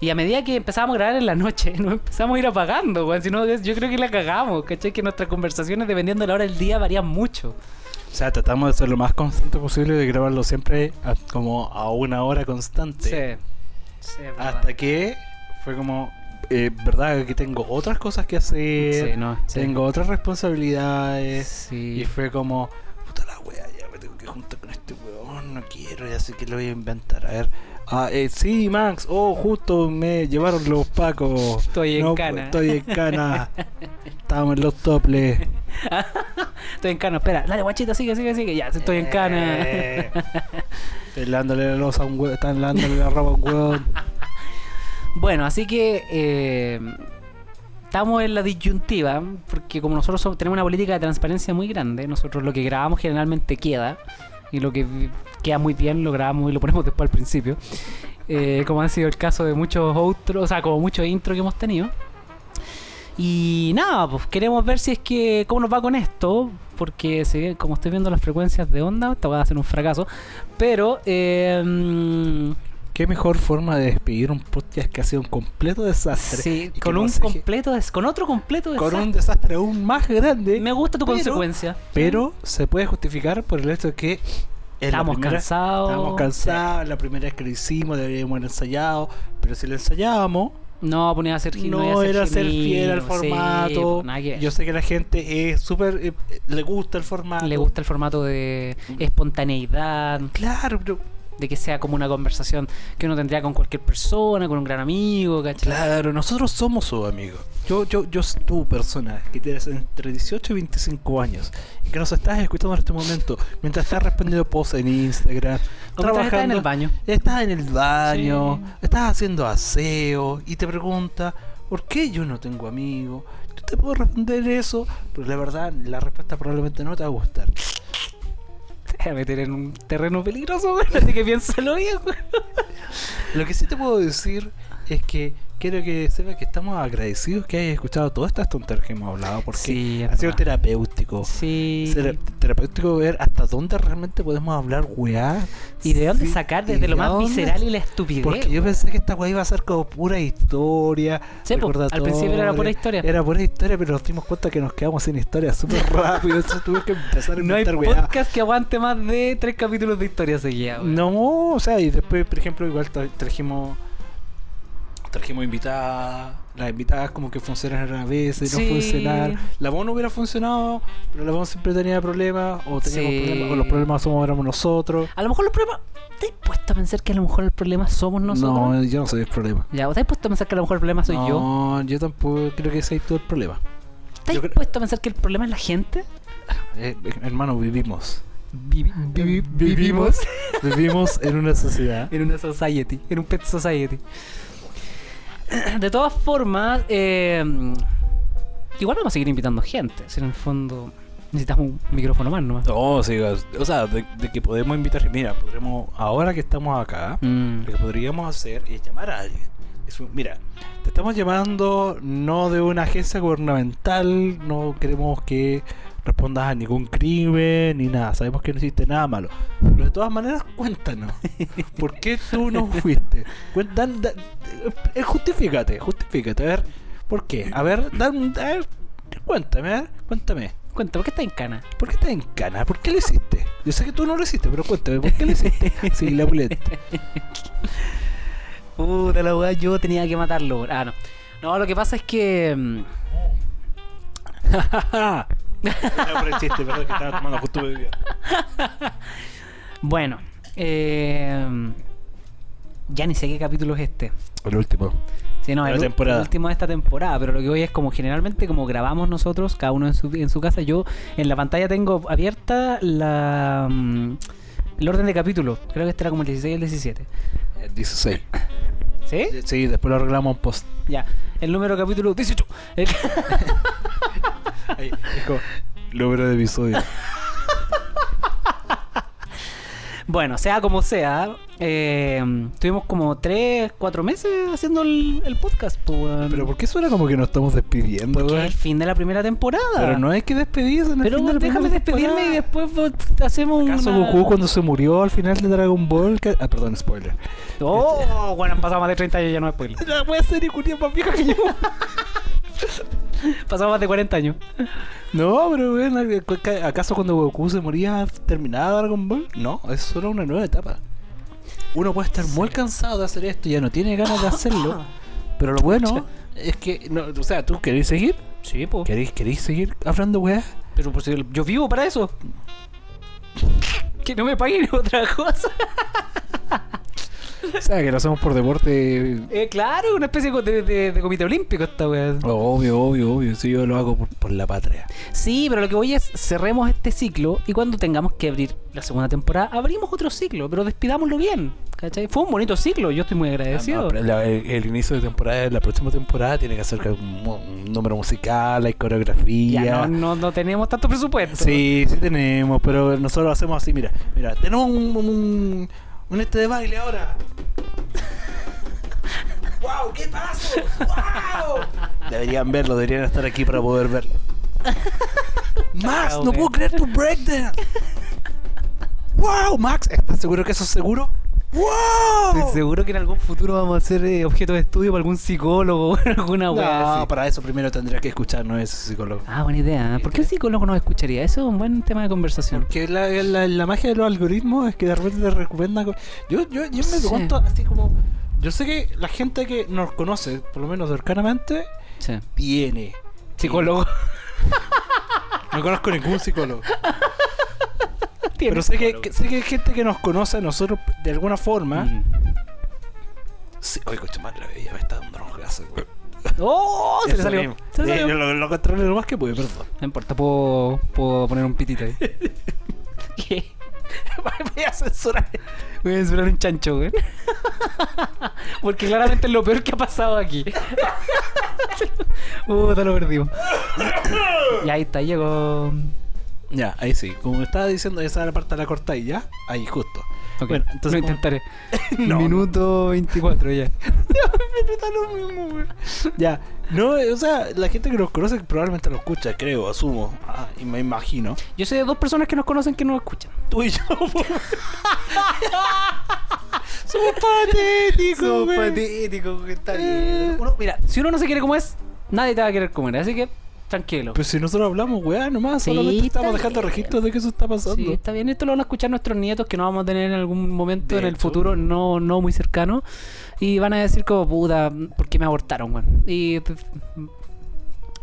Speaker 1: Y a medida que empezábamos a grabar en la noche, [LAUGHS] nos empezamos a ir apagando, weón. Si no, es- yo creo que la cagamos, ¿cachai? Que nuestras conversaciones, dependiendo de la hora del día, varían mucho.
Speaker 2: O sea, tratamos de ser lo más constante posible de grabarlo siempre a- como a una hora constante.
Speaker 1: Sí, es verdad.
Speaker 2: Hasta que fue como, eh, verdad que tengo otras cosas que hacer,
Speaker 1: Sí, no, sí.
Speaker 2: tengo otras responsabilidades.
Speaker 1: Sí.
Speaker 2: Y fue como, puta la wea, ya me tengo que juntar con este weón, no quiero, ya sé que lo voy a inventar. A ver, ah, eh, sí, Max, oh, justo me llevaron los pacos.
Speaker 1: Estoy en
Speaker 2: No,
Speaker 1: cana.
Speaker 2: Estoy en cana. Estábamos en los toples.
Speaker 1: Estoy en cana, espera. Dale, guachita, sigue, sigue, sigue. Ya, estoy en cana.
Speaker 2: Eh, [LAUGHS] Estoy lavándole la losa a un weón, están lavándole la ropa a un weón.
Speaker 1: Bueno, así que eh, estamos en la disyuntiva, porque como nosotros somos- tenemos una política de transparencia muy grande, nosotros lo que grabamos generalmente queda, y lo que vi- queda muy bien lo grabamos y lo ponemos después al principio, eh, como ha sido el caso de muchos otros, o sea, como muchos intros que hemos tenido. Y nada, pues queremos ver si es que cómo nos va con esto, porque si bien- como estoy viendo las frecuencias de onda, esta va a ser un fracaso, pero... eh, mm,
Speaker 2: Qué mejor forma de despedir un podcast que ha sido un completo desastre.
Speaker 1: Sí,
Speaker 2: Y que
Speaker 1: con
Speaker 2: no
Speaker 1: un
Speaker 2: se eje-
Speaker 1: completo des- con otro completo
Speaker 2: con
Speaker 1: desastre.
Speaker 2: un desastre aún más grande.
Speaker 1: Me gusta tu
Speaker 2: pero-
Speaker 1: consecuencia.
Speaker 2: Pero se puede justificar por el hecho de que en la
Speaker 1: Estamos
Speaker 2: primera-
Speaker 1: cansados.
Speaker 2: Estábamos cansados, la primera vez que lo hicimos deberíamos haber ensayado, pero si lo ensayábamos,
Speaker 1: No, ponía a ser gi-
Speaker 2: no,
Speaker 1: iba a
Speaker 2: era ser
Speaker 1: genuino,
Speaker 2: fiel al
Speaker 1: sí, pues,
Speaker 2: formato.
Speaker 1: nada que ver.
Speaker 2: Yo sé que la gente es súper, eh, le gusta el formato.
Speaker 1: Le gusta el formato de
Speaker 2: Mm.
Speaker 1: espontaneidad,
Speaker 2: Claro, pero
Speaker 1: de que sea como una conversación que uno tendría con cualquier persona, con un gran amigo, ¿cachai?
Speaker 2: Claro, nosotros somos sus amigos. Yo, yo, yo, tu persona que tienes entre 18 y 25 años y que nos estás escuchando en este momento mientras estás respondiendo posts en Instagram,
Speaker 1: O mientras estás en el
Speaker 2: trabajando, [LAUGHS]
Speaker 1: baño.
Speaker 2: estás en el baño,
Speaker 1: Sí.
Speaker 2: estás haciendo aseo y te pregunta ¿por qué yo no tengo amigos? Yo te puedo responder eso, pero la verdad la respuesta probablemente no te va a gustar.
Speaker 1: Te voy a meter en un terreno peligroso, güey, así que piénsalo bien, güey.
Speaker 2: Lo que sí te puedo decir es que quiero que sepas que estamos agradecidos que hayas escuchado todas estas tonterías que hemos hablado porque
Speaker 1: Sí, es
Speaker 2: ha sido
Speaker 1: verdad.
Speaker 2: terapéutico.
Speaker 1: Sí.
Speaker 2: Tera- terapéutico ver hasta dónde realmente podemos hablar weá.
Speaker 1: ¿Y de dónde
Speaker 2: Sí,
Speaker 1: sacar
Speaker 2: ¿y
Speaker 1: desde lo
Speaker 2: de
Speaker 1: más
Speaker 2: dónde?
Speaker 1: visceral y la estupidez?
Speaker 2: Porque yo pensé que esta weá iba a ser como pura historia.
Speaker 1: Sí, po, al principio era pura
Speaker 2: recordatorio.
Speaker 1: historia.
Speaker 2: Era pura historia, pero nos dimos cuenta que nos quedamos sin
Speaker 1: [LAUGHS]
Speaker 2: historia súper rápido. Entonces tuvimos que empezar a
Speaker 1: no hay
Speaker 2: inventar weá.
Speaker 1: podcast que aguante más de tres capítulos de historia seguida, güey.
Speaker 2: No, o sea, y después, por ejemplo, igual tra- trajimos trajimos invitadas, las invitadas como que funcionan a veces,
Speaker 1: Sí.
Speaker 2: no funcionan. La voz no hubiera funcionado, pero la voz siempre tenía problemas, o teníamos
Speaker 1: Sí.
Speaker 2: problemas, o los problemas somos éramos nosotros.
Speaker 1: A lo mejor los problemas. ¿Te has puesto a pensar que a lo mejor el problema somos nosotros?
Speaker 2: No, yo no soy el problema.
Speaker 1: Ya, ¿o ¿te has puesto a pensar que a lo mejor el problema soy yo?
Speaker 2: No, yo tampoco creo que ese es todo el problema.
Speaker 1: ¿Te
Speaker 2: yo
Speaker 1: has
Speaker 2: creo-
Speaker 1: puesto a pensar que el problema es la gente?
Speaker 2: Eh, eh, hermano, vivimos.
Speaker 1: Vivi- vivi- vivimos
Speaker 2: [LAUGHS] vivimos en una sociedad.
Speaker 1: en una society, en un pet society. [CLEARS THROAT] De todas formas, eh, igual vamos a seguir invitando gente. Si en el fondo necesitamos un micrófono más nomás.
Speaker 2: No, sí, o sea, de, de que podemos invitar, mira, podremos, ahora que estamos acá,
Speaker 1: Mm,
Speaker 2: Lo que podríamos hacer es llamar a alguien. Es un- mira, te estamos llamando no de una agencia gubernamental, no queremos que respondas a ningún crimen ni nada, sabemos que no hiciste nada malo. Pero de todas maneras, cuéntanos, ¿por qué tú no fuiste? Cuéntanos, eh, justifícate, justifícate, a ver, ¿por qué? A ver, dan- a ver, cuéntame, a ver, cuéntame.
Speaker 1: Cuéntame, ¿qué está en cana?
Speaker 2: ¿Por qué estás en cana? ¿Por qué lo hiciste? Yo sé que tú no lo hiciste, pero cuéntame, ¿por qué lo hiciste? Sí, la opulenta.
Speaker 1: Puta la weá, yo tenía que matarlo. weón. Ah, no. No, lo que pasa es que. mm, [LAUGHS]
Speaker 2: Era por el chiste, perdón, que estaba tomando justo bebida.
Speaker 1: Bueno. eh, ya ni sé qué capítulo es este.
Speaker 2: El último.
Speaker 1: Sí, no,
Speaker 2: De la
Speaker 1: el, u-
Speaker 2: temporada.
Speaker 1: el último de esta temporada, pero lo que voy es como generalmente como grabamos nosotros, cada uno en su, en su casa, yo en la pantalla tengo abierta la mm, el orden de capítulos, creo que este era como el 16 y el 17.
Speaker 2: El 16.
Speaker 1: ¿Sí?
Speaker 2: Eh, Sí, después lo arreglamos en post.
Speaker 1: Ya, el número de capítulo 18. El- [LAUGHS]
Speaker 2: Ahí, es como, número de episodio.
Speaker 1: bueno, sea como sea, eh, tuvimos como 3, 4 meses haciendo el, el podcast, pues, weón.
Speaker 2: Pero ¿por qué suena como que nos estamos despidiendo,
Speaker 1: Porque es
Speaker 2: güey?
Speaker 1: el fin de la primera temporada.
Speaker 2: Pero no hay que despedirse. en el
Speaker 1: Pero
Speaker 2: fin de la
Speaker 1: déjame
Speaker 2: primera
Speaker 1: despedirme y
Speaker 2: temporada.
Speaker 1: después vos, hacemos un.
Speaker 2: ¿Acaso Goku cuando se murió al final de Dragon Ball? ca- Ah, perdón, spoiler.
Speaker 1: Oh, bueno, han pasado más de 30 años, ya no es
Speaker 2: [LAUGHS]
Speaker 1: spoiler.
Speaker 2: La wea serie culia más vieja que yo.
Speaker 1: Pasado más de 40 años.
Speaker 2: No, pero bueno, ¿acaso cuando Goku se moría terminaba Dragon Ball? No, es solo una nueva etapa. Uno puede estar muy cansado de hacer esto, ya no tiene ganas [LAUGHS] de hacerlo. Pero lo bueno es que, no, o sea, ¿tú querés seguir?
Speaker 1: Sí, po.
Speaker 2: ¿Queréis, queréis seguir hablando weá?
Speaker 1: Pero por si yo vivo para eso. Que no me paguen [LAUGHS] otra
Speaker 2: [LAUGHS]
Speaker 1: cosa.
Speaker 2: O sea, que lo hacemos por deporte.
Speaker 1: Eh, claro, una especie de, de- de comité olímpico esta weá.
Speaker 2: Obvio, obvio, obvio. Sí, yo lo hago por, por la patria.
Speaker 1: Sí, pero lo que voy es cerremos este ciclo y cuando tengamos que abrir la segunda temporada, abrimos otro ciclo, pero despidámoslo bien. ¿Cachai? Fue un bonito ciclo, yo estoy muy agradecido.
Speaker 2: Ah, no, pero la- el, el inicio de temporada, la próxima temporada, tiene que hacer que un, un número musical, hay coreografía.
Speaker 1: ya no, no, no tenemos tanto presupuesto.
Speaker 2: Sí, sí tenemos, pero nosotros lo hacemos así, mira, mira, tenemos un, un, un este de baile
Speaker 1: [LAUGHS]
Speaker 2: ahora.
Speaker 4: ¡Wow! ¡Qué paso! ¡Wow!
Speaker 2: Deberían verlo, deberían estar aquí para
Speaker 1: [LAUGHS]
Speaker 2: poder verlo. Max,
Speaker 1: Chao,
Speaker 2: no
Speaker 1: güey.
Speaker 2: puedo creer tu breakdance. Wow, Max, ¿estás seguro que eso es seguro?
Speaker 1: Estoy
Speaker 2: Wow.
Speaker 1: Seguro que en algún futuro vamos a ser eh, objeto de estudio para algún psicólogo o [LAUGHS] alguna weá. así.
Speaker 2: No, para eso primero tendría que escucharnos ese psicólogo.
Speaker 1: Ah, buena idea. ¿eh? ¿Por qué un psicólogo nos escucharía? Eso es un buen tema de conversación.
Speaker 2: Porque la, la- la magia de los algoritmos es que de repente te recomienda. co- Yo, yo, yo me
Speaker 1: Sí.
Speaker 2: pregunto así como. Yo sé que la gente que nos conoce, por lo menos cercanamente,
Speaker 1: Sí.
Speaker 2: tiene.
Speaker 1: Psicólogo.
Speaker 2: No conozco ningún psicólogo.
Speaker 1: [LAUGHS] Tiene
Speaker 2: pero sé que,
Speaker 1: psicólogo.
Speaker 2: que- sé que hay gente que nos conoce a nosotros de alguna forma.
Speaker 1: Mm.
Speaker 2: Sí, oye, coche madre, la bebida me está dando unos gases, güey.
Speaker 1: ¡Oh! Se le
Speaker 2: Eso
Speaker 1: salió.
Speaker 2: mismo.
Speaker 1: Se le
Speaker 2: Eh,
Speaker 1: salió.
Speaker 2: Lo, lo controlé lo más que pude, perdón.
Speaker 1: [LAUGHS] No importa, puedo, puedo poner un pitito [LAUGHS] ahí. ¿Qué?
Speaker 2: Voy a censurar.
Speaker 1: Voy a censurar un chancho,
Speaker 2: [LAUGHS]
Speaker 1: güey. Porque claramente es lo peor que ha pasado
Speaker 2: [LAUGHS]
Speaker 1: aquí. Puta, lo
Speaker 2: [COUGHS]
Speaker 1: perdimos. y ahí está, llegó.
Speaker 2: Ya, ahí sí. Como estaba diciendo, esa era la parte de la corta y ya. Ahí, justo.
Speaker 1: Ok,
Speaker 2: Bueno, entonces.
Speaker 1: lo
Speaker 2: [LAUGHS]
Speaker 1: intentaré.
Speaker 2: No.
Speaker 1: Minuto 24
Speaker 2: [LAUGHS]
Speaker 1: ya.
Speaker 2: Pero está lo mismo, güey. Ya, no, o sea, la gente que nos conoce probablemente lo escucha, creo, asumo. Ah, y me imagino.
Speaker 1: Yo sé de dos personas que nos conocen que nos escuchan.
Speaker 2: Tú y yo, [LAUGHS] po. Somos patéticos, güey.
Speaker 1: patéticos, está
Speaker 2: bien.
Speaker 1: Uno, mira, Eh, si uno no se quiere como es, nadie te va a querer comer, así que tranquilo.
Speaker 2: Pero si nosotros hablamos, weá, nomás,
Speaker 1: Sí,
Speaker 2: solamente
Speaker 1: está
Speaker 2: estamos dejando
Speaker 1: bien.
Speaker 2: registros de que eso está pasando.
Speaker 1: Sí, está bien, esto lo van a escuchar nuestros nietos que no vamos a tener en algún momento
Speaker 2: De
Speaker 1: en el
Speaker 2: hecho.
Speaker 1: futuro, no no muy cercano, y van a decir como, puta, ¿por qué me abortaron, weón? Y pues,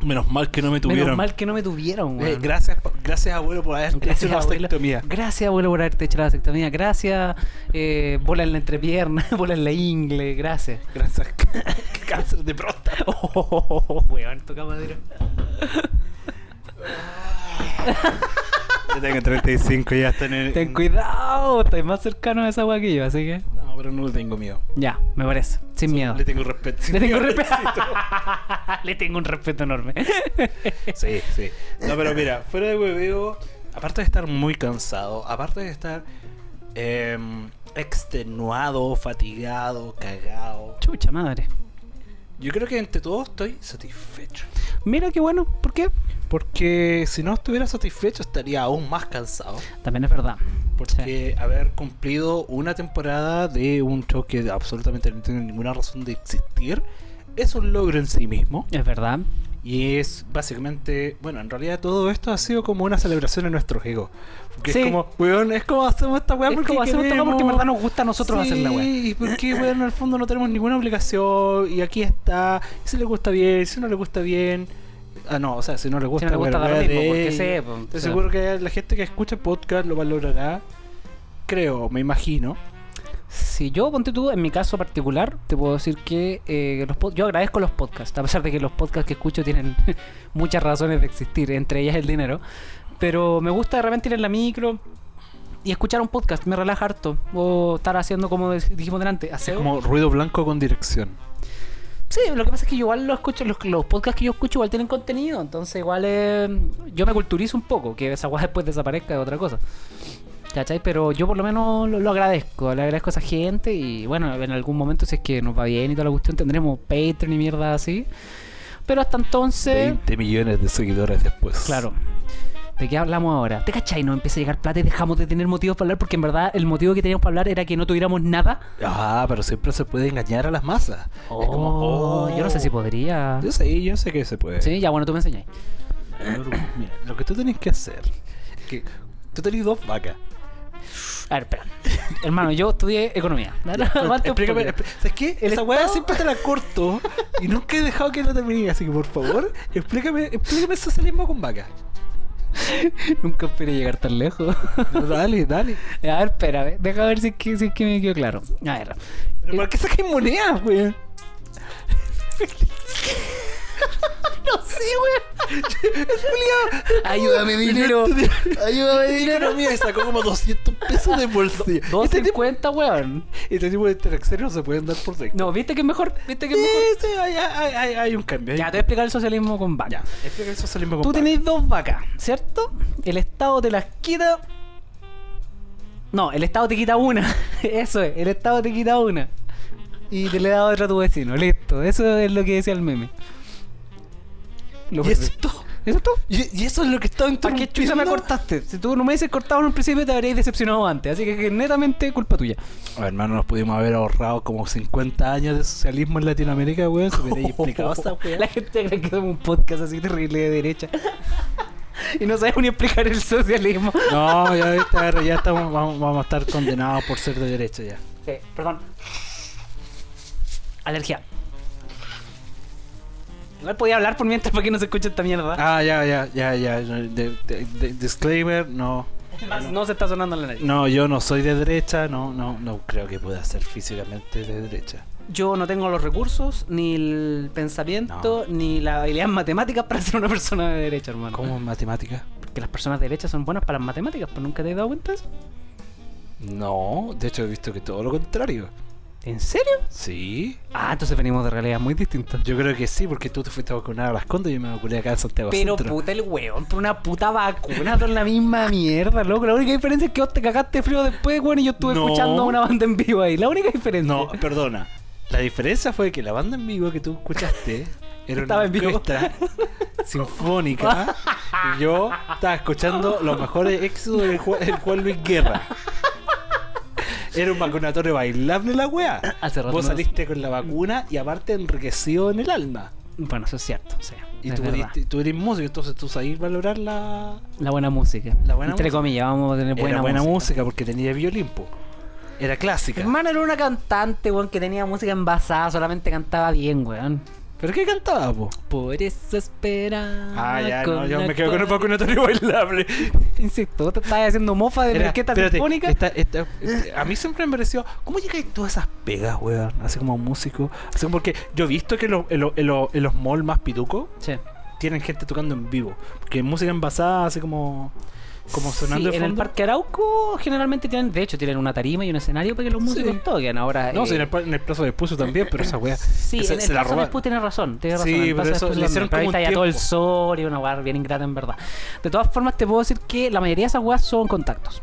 Speaker 2: Menos mal que no me
Speaker 1: menos mal que no me tuvieron,
Speaker 2: Eh,
Speaker 1: weón.
Speaker 2: gracias, pa- gracias abuelo por haber hecho una
Speaker 1: abuelo.
Speaker 2: vasectomía.
Speaker 1: Gracias, abuelo, por haberte hecho la vasectomía. Gracias, eh, bola en la entrepierna, [LAUGHS] bola en la ingle. Gracias. [LAUGHS]
Speaker 2: Gracias. cáncer de próstata.
Speaker 1: Oh, oh, [LAUGHS] oh, oh, weón, toca madera.
Speaker 2: Yo tengo 35 y ya está en el...
Speaker 1: Ten cuidado, estáis más cercano a esa agua que yo, así que.
Speaker 2: No, pero no le tengo miedo.
Speaker 1: Ya, me parece. Sin miedo.
Speaker 2: Le tengo respeto.
Speaker 1: Le tengo respeto. [LAUGHS] Le tengo un respeto enorme.
Speaker 2: Sí, sí. No, pero mira, fuera de hueveo, aparte de estar muy cansado, aparte de estar em, extenuado, fatigado, cagado,
Speaker 1: Chucha madre.
Speaker 2: Yo creo que entre todos estoy satisfecho.
Speaker 1: Mira qué bueno, ¿por qué?
Speaker 2: Porque si no estuviera satisfecho estaría aún más cansado.
Speaker 1: También es verdad. Sí.
Speaker 2: Porque haber cumplido una temporada de un show que absolutamente no tiene ninguna razón de existir es un logro en sí mismo.
Speaker 1: Es verdad.
Speaker 2: Ah, Y es básicamente, bueno, en realidad todo esto ha sido como una celebración de nuestro ego. Porque
Speaker 1: Sí.
Speaker 2: es como, weón, es como hacemos esta weá
Speaker 1: Es
Speaker 2: porque
Speaker 1: como hacemos esta weá porque en verdad nos gusta a nosotros
Speaker 2: sí,
Speaker 1: hacer la weá.
Speaker 2: Y porque, weón, en el fondo no tenemos ninguna obligación y aquí está. Y si le gusta bien, si no le gusta bien. Ah, no, o sea, si no le
Speaker 1: Si
Speaker 2: gusta,
Speaker 1: no le gusta dar
Speaker 2: weón,
Speaker 1: lo
Speaker 2: weá
Speaker 1: mismo,
Speaker 2: de
Speaker 1: porque
Speaker 2: ella.
Speaker 1: sé, po,
Speaker 2: Te
Speaker 1: o sea,
Speaker 2: seguro que la gente que escucha el podcast lo valorará. Creo, me imagino.
Speaker 1: Si yo, ponte tú, en mi caso particular, te puedo decir que eh, los pod- yo agradezco los podcasts, a pesar de que los podcasts que escucho tienen [LAUGHS] muchas razones de existir, entre ellas el dinero. Pero me gusta de repente ir en la micro y escuchar un podcast, me relaja harto. O estar haciendo como dec- dijimos delante, aseo.
Speaker 2: Como ruido blanco con dirección.
Speaker 1: Sí, lo que pasa es que yo igual lo escucho, los, los podcasts que yo escucho igual tienen contenido, entonces igual eh, yo me culturizo un poco, que esa guay después desaparezca de otra cosa. ¿Cachai? Pero yo por lo menos lo, lo agradezco, le agradezco a esa gente y bueno, en algún momento si es que nos va bien y toda la cuestión tendremos Patreon y mierda así. Pero hasta entonces...
Speaker 2: 20 millones de seguidores después.
Speaker 1: Claro. ¿De qué hablamos ahora? ¿Te cachai? Nos empieza a llegar plata y dejamos de tener motivos para hablar porque en verdad el motivo que teníamos para hablar era que no tuviéramos nada.
Speaker 2: Ah, pero siempre se puede engañar a las masas. Es como,
Speaker 1: Oh, Yo no sé si podría...
Speaker 2: Yo sé, yo sé que se puede.
Speaker 1: Sí, ya bueno, tú me enseñáis.
Speaker 2: Mira, lo que tú tenés que hacer. Que tú tenés dos
Speaker 1: [LAUGHS]
Speaker 2: vacas.
Speaker 1: A ver, espera. Hermano, yo estudié economía. Aguanta un
Speaker 2: Explícame, [LAUGHS]
Speaker 1: poquito.
Speaker 2: expl- ¿sabes qué?
Speaker 1: El
Speaker 2: Esa weá
Speaker 1: Estado-
Speaker 2: siempre te la corto y nunca he dejado que la termine, así que por favor, explícame, explícame el socialismo con vacas.
Speaker 1: Nunca esperé llegar tan [LAUGHS] lejos.
Speaker 2: No, dale, dale.
Speaker 1: A ver, espera, ve, deja ver si es, que, si es que me quedó claro. A ver.
Speaker 2: ¿Pero por qué sacáis monedas, weón?
Speaker 1: No sé, [LAUGHS]
Speaker 2: Este
Speaker 1: Ayúdame, dinero.
Speaker 2: [LAUGHS]
Speaker 1: Ayúdame, dinero.
Speaker 2: Pero mira, sacó como 200 pesos de bolsillo. Este tipo,
Speaker 1: 250, weón.
Speaker 2: este tipo de interacciones no se pueden dar por dentro.
Speaker 1: No, ¿viste que es mejor? ¿Viste que
Speaker 2: Sí,
Speaker 1: es mejor?
Speaker 2: sí, hay, hay- hay- hay un cambio. hay
Speaker 1: Ya,
Speaker 2: un
Speaker 1: te voy a explicar el socialismo con
Speaker 2: Ya,
Speaker 1: vacas.
Speaker 2: explica el socialismo con
Speaker 1: Tú
Speaker 2: vacas.
Speaker 1: tenés dos vacas, ¿cierto? El Estado te las quita. No, el Estado te quita una. [LAUGHS] Eso es, el Estado te quita una. Y te le da otra a tu vecino. Listo, eso es lo que decía el meme. Lo
Speaker 2: ¿Y
Speaker 1: perfecto.
Speaker 2: esto?
Speaker 1: ¿Eso es todo?
Speaker 2: ¿Y, y eso es lo que estaba
Speaker 1: ¿Para qué
Speaker 2: interrumpiendo?
Speaker 1: chucha me cortaste? Si tú no me hubieses cortado en un principio, te habrías decepcionado antes. Así que, que netamente culpa tuya.
Speaker 2: A ver, hermano, nos pudimos haber ahorrado como 50 años de socialismo en Latinoamérica, weón. Se hubiera
Speaker 1: [LAUGHS]
Speaker 2: explicado esa weá.
Speaker 1: La gente cree que somos un podcast así terrible de derecha. [LAUGHS] y no sabemos ni explicar el socialismo.
Speaker 2: [LAUGHS] No, ya, viste, a ver, ya estamos, vamos, vamos a estar condenados por ser de derecha ya.
Speaker 1: Sí, Eh, perdón. Alergia. Igual podía hablar por mientras para que no se escuche esta mierda.
Speaker 2: Ah, ya, ya, ya, ya. de- de- de- disclaimer, no.
Speaker 1: Más Ah, no se está sonando en la nariz.
Speaker 2: No, yo no soy de derecha, no, no, no creo que pueda ser físicamente de derecha.
Speaker 1: Yo no tengo los recursos, ni el pensamiento, ni la habilidad matemática para ser una persona de derecha, hermano.
Speaker 2: ¿Cómo en matemática?
Speaker 1: Que las personas de derecha son buenas para las matemáticas, pero nunca te has dado cuenta de eso.
Speaker 2: No, de hecho he visto que todo lo contrario.
Speaker 1: ¿En serio?
Speaker 2: Sí.
Speaker 1: Ah, entonces venimos de realidades muy distintas.
Speaker 2: Yo creo que sí, porque tú te fuiste a vacunar a las condes y yo me vacuné acá en Santiago
Speaker 1: Pero
Speaker 2: Centro.
Speaker 1: puta el weón, por una puta vacuna, son la
Speaker 2: [LAUGHS]
Speaker 1: misma mierda, loco. La única diferencia es que vos te cagaste de frío después, weón, y yo estuve
Speaker 2: No.
Speaker 1: escuchando a una banda en vivo ahí. La única diferencia.
Speaker 2: No, perdona. La diferencia fue que la banda en vivo que tú [LAUGHS] escuchaste era
Speaker 1: Estaba
Speaker 2: una
Speaker 1: en vivo.
Speaker 2: orquesta sinfónica y yo estaba escuchando los mejores éxitos del Ju- del Juan Luis Guerra. Era un vacunatorio bailable la wea.
Speaker 1: Hace rato
Speaker 2: Vos
Speaker 1: no-
Speaker 2: saliste con la vacuna y aparte enriquecido en el alma.
Speaker 1: Bueno, eso es cierto, o sea.
Speaker 2: Y
Speaker 1: es
Speaker 2: tú,
Speaker 1: verdad.
Speaker 2: eres- tú eres músico, entonces tú sabías valorar la,
Speaker 1: La buena música.
Speaker 2: La buena
Speaker 1: Entre
Speaker 2: música.
Speaker 1: comillas, vamos a tener
Speaker 2: era
Speaker 1: buena,
Speaker 2: buena música.
Speaker 1: música.
Speaker 2: porque tenía violín, po. Era clásica.
Speaker 1: Hermano era una cantante, weón, que tenía música envasada, solamente cantaba bien, weón.
Speaker 2: ¿Pero qué cantaba, po?
Speaker 1: Por eso espera.
Speaker 2: Ah, ya, no, yo
Speaker 1: la
Speaker 2: me quedo con un
Speaker 1: cual-
Speaker 2: vacunatorio bailable.
Speaker 1: Insisto, vos te estabas haciendo mofa de
Speaker 2: Era-
Speaker 1: orquesta
Speaker 2: espérate,
Speaker 1: sinfónica.
Speaker 2: esta- esta- este, a mí siempre me pareció. ¿Cómo llegáis tú a esas pegas, weón? Así como músico. Así como porque yo he visto que lo- en, lo- en lo- en los malls más pitucos
Speaker 1: Che.
Speaker 2: tienen gente tocando en vivo. Porque música envasada, así como. Como sonando
Speaker 1: Sí,
Speaker 2: de
Speaker 1: en el
Speaker 2: fondo.
Speaker 1: Parque Arauco generalmente tienen, de hecho, tienen una tarima y un escenario para que los músicos
Speaker 2: Sí.
Speaker 1: toquen. Ahora,
Speaker 2: No,
Speaker 1: eh,
Speaker 2: sí, en el, par- en el plazo de Puso también, pero esa weá.
Speaker 1: sí,
Speaker 2: esa-
Speaker 1: en
Speaker 2: se
Speaker 1: el
Speaker 2: la
Speaker 1: Plaza
Speaker 2: robaron.
Speaker 1: Vespucio tienes razón, tienes razón.
Speaker 2: Sí,
Speaker 1: en el
Speaker 2: pero
Speaker 1: Plaza
Speaker 2: eso
Speaker 1: Vespucio
Speaker 2: le hicieron
Speaker 1: también, pero ahí
Speaker 2: como un
Speaker 1: está ya todo el
Speaker 2: tiempo.
Speaker 1: sol y una weá bien ingrata en verdad. De todas formas, te puedo decir que la mayoría de esas weas son contactos.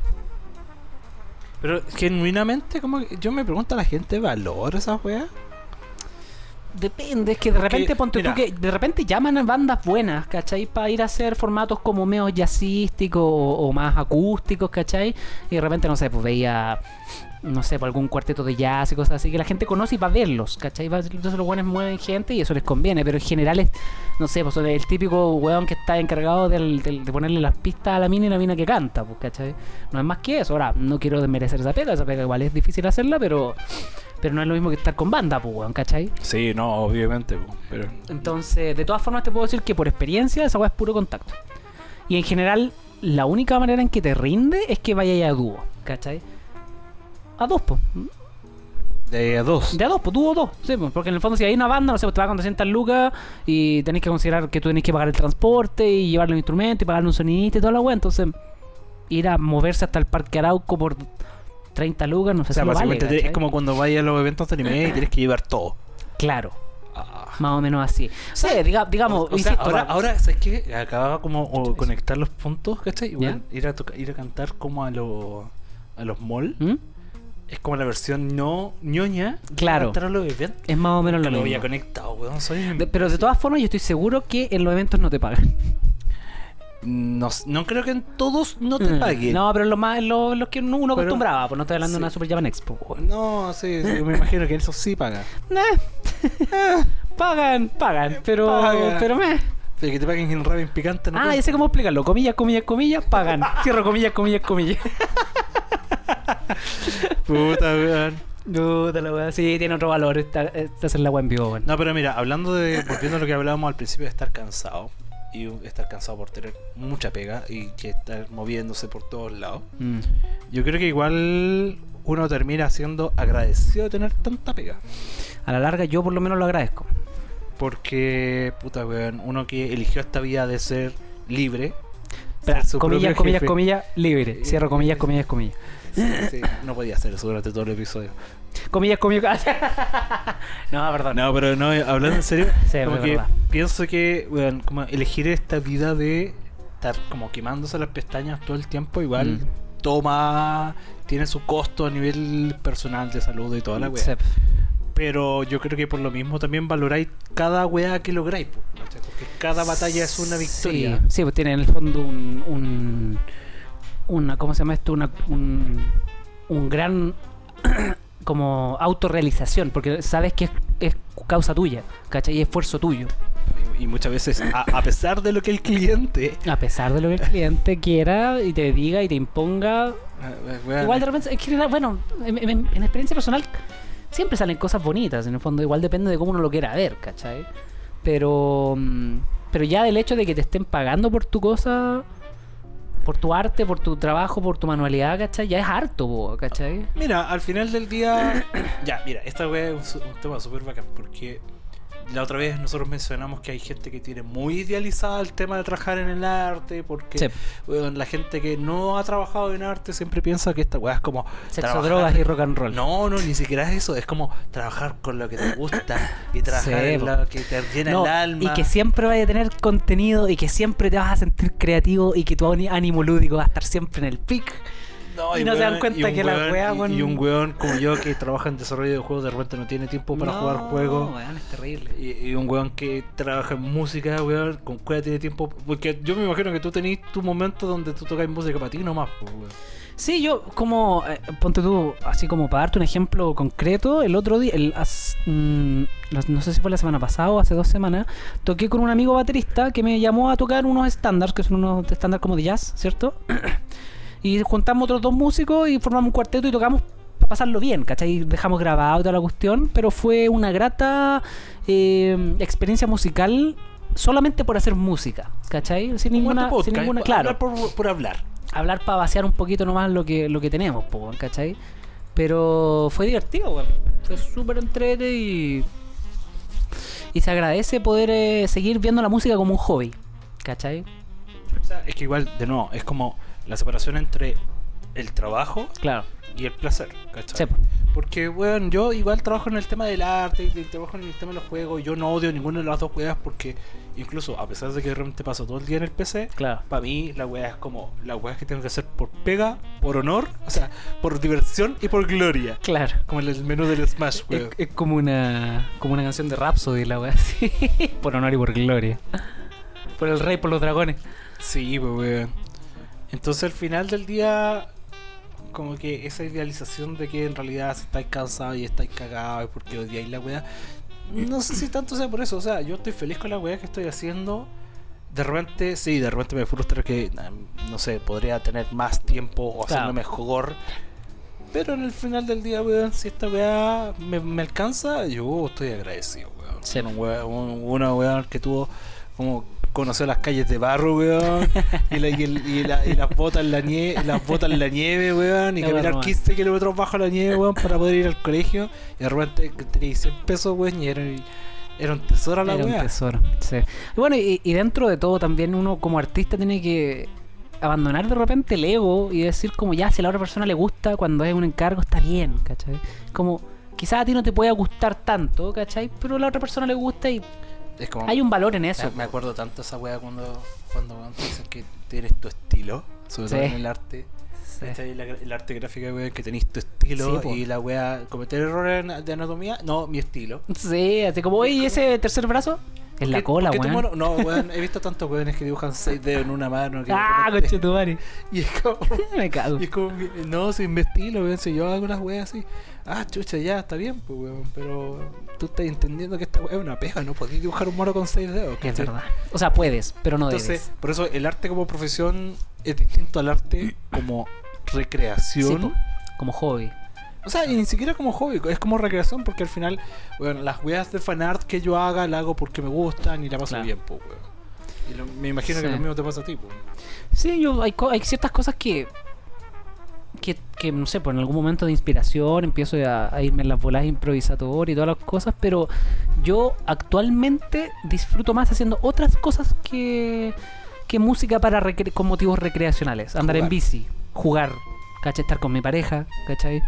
Speaker 2: Pero genuinamente, como que yo me pregunto a la gente, ¿valora esa weá?
Speaker 1: Depende, es que de
Speaker 2: Porque,
Speaker 1: repente ponte
Speaker 2: mira.
Speaker 1: tú que de repente llaman a bandas buenas, ¿cachai? Para ir a hacer formatos como meos jazzísticos o, o más acústicos, ¿cachai? Y de repente, no sé, pues veía, no sé, por algún cuarteto de jazz y cosas así que la gente conoce y va a verlos, ¿cachai? Va- entonces los buenos mueven gente y eso les conviene, pero en general es, no sé, pues son el típico weón que está encargado del- del- de ponerle las pistas a la mina y la mina que canta, pues, ¿cachai? No es más que eso. Ahora, no quiero desmerecer esa pega, esa pega igual es difícil hacerla, pero, pero no es lo mismo que estar con banda, pues, weón, ¿cachai?
Speaker 2: Sí, no, obviamente. po, Pero
Speaker 1: Entonces, de todas formas te puedo decir que por experiencia esa weá es puro contacto. Y en general, la única manera en que te rinde es que vayas a dúo, ¿cachai? A dos, po.
Speaker 2: de a dos.
Speaker 1: De a dos, po. Dúo o dos. Sí, po. Porque en el fondo si hay una banda, no sé, pues te vas con 200 lucas y tenés que considerar que tú tenés que pagar el transporte y llevarle un instrumento y pagarle un sonidista y toda la weá. Entonces, ir a moverse hasta el Parque Arauco por 30 lucas, no sé
Speaker 2: O sea,
Speaker 1: si lo vale,
Speaker 2: básicamente es
Speaker 1: ¿cachai?
Speaker 2: como cuando vayas a los eventos de anime y tienes que llevar todo.
Speaker 1: Claro. Más o menos así. Sí, diga- digamos,
Speaker 2: O sea,
Speaker 1: insisto, ¿eh?
Speaker 2: ahora,
Speaker 1: va-
Speaker 2: ahora, ¿sabes qué? Acababa como o conectar los puntos, ¿cachai? Y
Speaker 1: ¿Ya?
Speaker 2: bueno, ir, a toca- ir a cantar como a, lo- a los malls.
Speaker 1: ¿Mm?
Speaker 2: Es como la versión no ñoña. de
Speaker 1: Claro.
Speaker 2: Cantar a los eventos.
Speaker 1: Es más o menos lo
Speaker 2: Nunca lo
Speaker 1: mismo.
Speaker 2: había conectado, weón. Soy un-
Speaker 1: De- pero de todas formas, yo estoy seguro que en los eventos no te pagan.
Speaker 2: No, no creo que en todos no te
Speaker 1: Mm.
Speaker 2: paguen.
Speaker 1: No, pero en los más, en los, los que uno uno
Speaker 2: Pero-
Speaker 1: acostumbraba, pues no estoy hablando de
Speaker 2: sí.
Speaker 1: una Super Japan Expo. pues, weón.
Speaker 2: No, sí, sí, me imagino que eso sí paga.
Speaker 1: [LAUGHS] Eh, pagan, pagan, pero.
Speaker 2: pagan.
Speaker 1: Pero me.
Speaker 2: Pero que te paguen en ramen picante, no
Speaker 1: Ah,
Speaker 2: creo.
Speaker 1: ya sé cómo explicarlo. Comillas, comillas, comillas, pagan. [LAUGHS] Cierro comillas, comillas, comillas.
Speaker 2: Puta, weón.
Speaker 1: No, te lo voy a decir. Tiene otro valor. Esta, esta es la weá en vivo, weón.
Speaker 2: No, pero mira, hablando de. Volviendo a lo que hablábamos al principio de estar cansado. Y estar cansado por tener mucha pega y que estar moviéndose por todos lados.
Speaker 1: Mm.
Speaker 2: Yo creo que igual uno termina siendo agradecido de tener tanta pega.
Speaker 1: A la larga, yo por lo menos lo agradezco.
Speaker 2: Porque, puta, weón, uno que eligió esta vida de ser [LAUGHS] libre.
Speaker 1: Espera,
Speaker 2: ser su
Speaker 1: comillas,
Speaker 2: propio
Speaker 1: comillas,
Speaker 2: jefe.
Speaker 1: comillas, libre. Cierro comillas, comillas, comillas.
Speaker 2: Sí, no podía hacer eso durante todo el episodio.
Speaker 1: Comillas, comillas. [LAUGHS] no, perdón.
Speaker 2: No, pero no, eh, hablando en [LAUGHS] serio,
Speaker 1: Sí,
Speaker 2: como
Speaker 1: es
Speaker 2: que
Speaker 1: verdad.
Speaker 2: pienso que, weón, como elegir esta vida de estar como quemándose las pestañas todo el tiempo, igual toma, tiene su costo a nivel personal de salud y toda la weá.
Speaker 1: Sí.
Speaker 2: Pero yo creo que por lo mismo también valoráis cada weá que lográis, po, ¿cachai? porque cada batalla es una victoria.
Speaker 1: Sí, sí, pues tiene en el fondo un, un- una, ¿cómo se llama esto? Una, un, un gran [CLEARS THROAT] como autorrealización, porque sabes que es, es causa tuya, ¿cachai? Y esfuerzo tuyo.
Speaker 2: Y muchas veces, a, a pesar de lo que el cliente... [LAUGHS]
Speaker 1: A pesar de lo que el cliente quiera y te diga y te imponga.
Speaker 2: eh, weón,
Speaker 1: Igual de repente, en general, bueno, en, en- en experiencia personal siempre salen cosas bonitas, en el fondo, igual depende de cómo uno lo quiera ver, ¿cachai? Pero, mm, pero ya del hecho de que te estén pagando por tu cosa, por tu arte, por tu trabajo, por tu manualidad, ¿cachai? Ya es harto, po, ¿cachai?
Speaker 2: Mira, al final del día. [COUGHS] ya, mira, esta weá es un su- un, tema súper bacán. Porque la otra vez nosotros mencionamos que hay gente que tiene muy idealizada el tema de trabajar en el arte. Porque
Speaker 1: Sí.
Speaker 2: weón, la gente que no ha trabajado en arte siempre piensa que esta weá es como.
Speaker 1: Sexo,
Speaker 2: trabajar-
Speaker 1: drogas y rock and roll.
Speaker 2: No, no, ni siquiera es eso. Es como trabajar con lo que te gusta y trabajar
Speaker 1: Sí,
Speaker 2: en
Speaker 1: po.
Speaker 2: lo que te llena
Speaker 1: No,
Speaker 2: el alma.
Speaker 1: y que siempre vaya a tener contenido y que siempre te vas a sentir creativo y que tu ani- ánimo lúdico va a estar siempre en el pic. y no se dan cuenta
Speaker 2: y un
Speaker 1: que la
Speaker 2: weón-
Speaker 1: weá,
Speaker 2: y-
Speaker 1: weón-
Speaker 2: Y un weón como yo que trabaja en desarrollo de juegos de repente no tiene tiempo para jugar juegos.
Speaker 1: weón, es terrible.
Speaker 2: Y, y un weón que trabaja en música, weón, con cuál tiene tiempo. Porque yo me imagino que tú tenés tu momento donde tú tocas música para ti nomás, po, weón.
Speaker 1: Sí, yo como, eh, ponte tú, así como para darte un ejemplo concreto, el otro día, el, as- mm, no, no sé si fue la semana pasada o hace dos semanas, toqué con un amigo baterista que me llamó a tocar unos estándares, que son unos estándares como de jazz, ¿cierto? [CLEARS THROAT] Y juntamos otros dos músicos y formamos un cuarteto y tocamos para pasarlo bien, ¿cachai? Dejamos grabado y toda la cuestión, pero fue una grata eh, experiencia musical solamente por hacer música, ¿cachai? Sin ninguna,
Speaker 2: Como este
Speaker 1: sin
Speaker 2: podcast,
Speaker 1: ninguna,
Speaker 2: po-
Speaker 1: claro
Speaker 2: hablar por, por hablar.
Speaker 1: hablar para vaciar un poquito nomás lo que, lo que tenemos, po, weón, ¿cachai? Pero fue divertido, weón. Fue súper entrete y. Y se agradece poder eh, seguir viendo la música como un hobby, ¿cachai?
Speaker 2: O sea, es que igual, de nuevo, es como la separación entre el trabajo
Speaker 1: Claro.
Speaker 2: y el placer,
Speaker 1: Sí,
Speaker 2: ¿cachai?
Speaker 1: po.
Speaker 2: Porque, weón, yo igual trabajo en el tema del arte, y de- trabajo en el tema de los juegos. Yo no odio ninguna de las dos juegas porque Incluso, a pesar de que realmente paso todo el día en el PC,
Speaker 1: Claro.
Speaker 2: para mí la weá es como las weas que tengo que hacer por pega, por honor, o sea, por diversión y por gloria.
Speaker 1: Claro.
Speaker 2: Como el, el menú del Smash,
Speaker 1: Es,
Speaker 2: weón.
Speaker 1: es como una como una canción de Rhapsody la weá, [LAUGHS] así. Por honor y por gloria. Por el rey, por los dragones.
Speaker 2: Sí, pues weón. Entonces al final del día, como que esa idealización de que en realidad si estáis cansados y estáis cagados y porque odiáis la weá, no sé si tanto sea por eso. O sea, yo estoy feliz con la weá que estoy haciendo. De repente, sí, de repente me frustra que, na- no sé, podría tener más tiempo o
Speaker 1: Claro.
Speaker 2: hacerlo mejor. Pero en el final del día, weón, si esta weá me, me alcanza, yo estoy agradecido, weón.
Speaker 1: Sí.
Speaker 2: Una weá- un- una weá que tuvo como conoció las calles de barro, weón. Y, la- y el- y la- y las botas en la nieve, las botas en la nieve, weón. Y
Speaker 1: La
Speaker 2: caminar
Speaker 1: broma.
Speaker 2: 15 kilómetros bajo la nieve, weón, para poder ir al colegio. Y de repente tenéis 100 pesos, weón, y era, era un tesoro la
Speaker 1: Era un
Speaker 2: weá.
Speaker 1: tesoro. sí. Y bueno, y, y dentro de todo también uno como artista tiene que abandonar de repente el ego y decir como ya, si a la otra persona le gusta cuando es un encargo está bien, ¿cachai? Como quizás a ti no te pueda gustar tanto, ¿cachai? Pero a la otra persona le gusta y
Speaker 2: Es como,
Speaker 1: hay un valor en
Speaker 2: me,
Speaker 1: eso.
Speaker 2: me acuerdo tanto esa weá cuando, cuando weón, te dicen que tienes tu estilo, sobre todo
Speaker 1: Sí.
Speaker 2: en el arte.
Speaker 1: Sí.
Speaker 2: ¿Cachai? La- el arte gráfico, weón, que tenéis tu estilo.
Speaker 1: Sí, po.
Speaker 2: y la weá, cometer errores en- de anatomía, no, mi estilo.
Speaker 1: Sí, así como, oye, ¿y ese tercer brazo? En la
Speaker 2: ¿Qué-
Speaker 1: cola,
Speaker 2: por qué tu
Speaker 1: weón.
Speaker 2: mano- No, weón, he visto tantos weones que dibujan seis dedos en una mano. Que
Speaker 1: Ah, conchetumare.
Speaker 2: [LAUGHS]
Speaker 1: [LAUGHS]
Speaker 2: Y es como.
Speaker 1: Me cago.
Speaker 2: y es como que, no, si mi estilo, weón, si yo hago las weas así. Ah, chucha, ya, está bien, pues, weón. Pero tú estás entendiendo que esta wea es una pega, no podés dibujar un mono con seis dedos.
Speaker 1: Es
Speaker 2: ¿cachai?
Speaker 1: verdad. O sea, puedes, pero no
Speaker 2: Entonces,
Speaker 1: debes.
Speaker 2: por eso el arte como profesión es distinto al arte como
Speaker 1: Sí,
Speaker 2: recreación.
Speaker 1: po, como hobby.
Speaker 2: O sea, y ni siquiera como hobby, es como recreación porque al final, weón, las weas de fanart que yo haga, la hago porque me gustan y la paso
Speaker 1: Claro.
Speaker 2: bien, pues, weón. Y lo- me imagino que
Speaker 1: Sí.
Speaker 2: lo mismo te pasa a ti, pues.
Speaker 1: Sí, yo, hay, co- hay ciertas cosas que, que, que, no sé, pues en algún momento de inspiración empiezo a, a irme en las bolas improvisatorias y todas las cosas, pero yo actualmente disfruto más haciendo otras cosas que, que música para recre- con motivos recreacionales. Andar en
Speaker 2: Jugar.
Speaker 1: bici, jugar, ¿cachai? Estar con mi pareja, ¿cachai?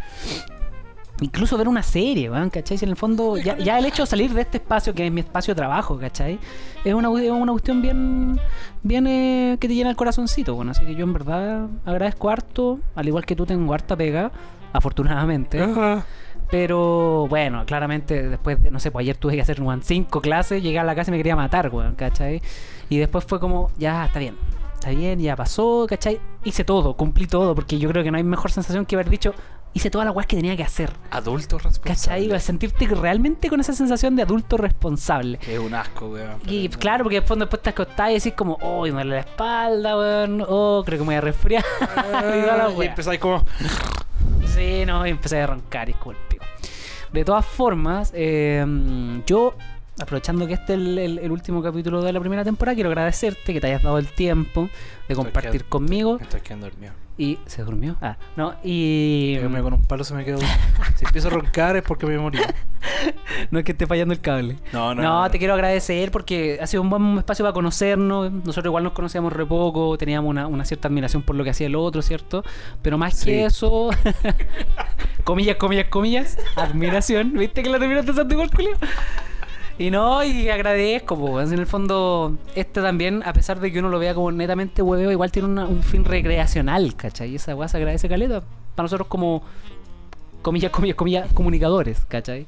Speaker 1: Incluso ver una serie, weón, ¿cachai? Si en el fondo, ya, ya el hecho de salir de este espacio, que es mi espacio de trabajo, ¿cachai? Es una, es una cuestión bien, bien eh, que te llena el corazoncito, bueno. Así que yo en verdad agradezco harto, al igual que tú tengo harta pega, afortunadamente.
Speaker 2: Ah.
Speaker 1: Pero bueno, claramente después, de, no sé, pues ayer tuve que hacer weón, cinco clases, llegué a la casa y me quería matar, weón, ¿cachai? Y después fue como, ya, está bien, está bien, ya pasó, ¿cachai? Hice todo, cumplí todo, porque yo creo que no hay mejor sensación que haber dicho, hice todas las weas que tenía que hacer,
Speaker 2: Adultos
Speaker 1: ¿cachai?
Speaker 2: responsables.
Speaker 1: Sentirte realmente con esa sensación de adulto responsable.
Speaker 2: Es un asco, weón.
Speaker 1: Y
Speaker 2: pero-
Speaker 1: claro, [LAUGHS] porque después, después te acostás y decís como, oh, me duele la espalda, weón, oh, creo que me voy a resfriar. [LAUGHS] y toda la
Speaker 2: Ah, y
Speaker 1: wea.
Speaker 2: empezáis como.
Speaker 1: Sí, no, y empecé a roncar y es como el pico. De todas formas, eh, yo, aprovechando que este es el, el- el último capítulo de la primera temporada, quiero agradecerte que te hayas dado el tiempo de compartir
Speaker 2: quedando-
Speaker 1: conmigo.
Speaker 2: Me estoy quedando dormido.
Speaker 1: Y. ¿Se durmió? Ah, no, y.
Speaker 2: Yo me- con un palo
Speaker 1: [LAUGHS]
Speaker 2: se me quedó. si empiezo a roncar es porque me morí.
Speaker 1: No es que esté fallando el cable.
Speaker 2: No,
Speaker 1: No, te quiero agradecer porque ha sido un buen espacio para conocernos. Nosotros igual nos conocíamos re poco, teníamos una, una cierta admiración por lo que hacía el otro, ¿cierto? Pero más
Speaker 2: Sí.
Speaker 1: que eso, [LAUGHS] comillas, comillas, comillas, admiración. ¿Viste que la terminaste usando igual, Julio? Y no, y agradezco, pues. En el fondo, este también, a pesar de que uno lo vea como netamente hueveo, igual tiene una- un fin recreacional, ¿cachai? Y esa weá se agradece caleta. Para nosotros como, comillas, comillas, comillas, comunicadores, ¿cachai?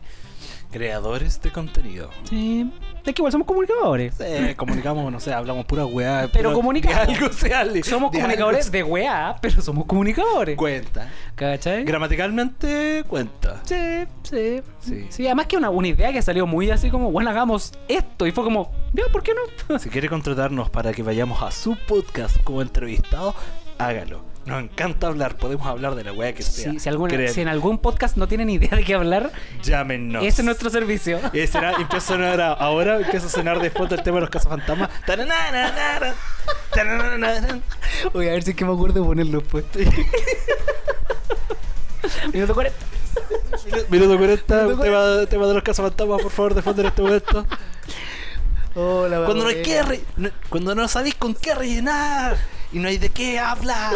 Speaker 2: Creadores de contenido.
Speaker 1: Sí. Es que igual somos comunicadores.
Speaker 2: Sí, comunicamos, no sé, hablamos pura weá.
Speaker 1: Pero
Speaker 2: pura- [LAUGHS]
Speaker 1: comunicamos.
Speaker 2: de algo se hable,
Speaker 1: Somos
Speaker 2: de algo
Speaker 1: comunicadores
Speaker 2: se-
Speaker 1: de weá, pero somos comunicadores.
Speaker 2: Cuenta.
Speaker 1: ¿Cachai?
Speaker 2: Gramaticalmente cuenta.
Speaker 1: Sí, sí, sí.
Speaker 2: Sí.
Speaker 1: además que una, una idea que salió muy así como, bueno, hagamos esto. Y fue como, ya, ¿por qué no? [LAUGHS]
Speaker 2: Si quiere contratarnos para que vayamos a su podcast como entrevistado, hágalo. Nos encanta hablar, podemos hablar de la weá que sea.
Speaker 1: Si, si alguna-
Speaker 2: Créan,
Speaker 1: si en algún podcast no tienen idea de qué hablar,
Speaker 2: Llámenos.
Speaker 1: ese es nuestro servicio.
Speaker 2: Eh, será- empieza a sonar a- ahora, empieza a sonar de fondo el tema de los cazafantasmas. Tarananana, tarananana.
Speaker 1: Voy a ver si es que me acuerdo de ponerlo pues. [LAUGHS] Minuto 40.
Speaker 2: Minuto 40,
Speaker 1: Minuto
Speaker 2: tema, tema de los cazafantasmas, por favor, de fondo en este momento.
Speaker 1: Hola,
Speaker 2: Cuando no, hay que re- no- cuando no sabéis con qué rellenar y no hay de qué hablar,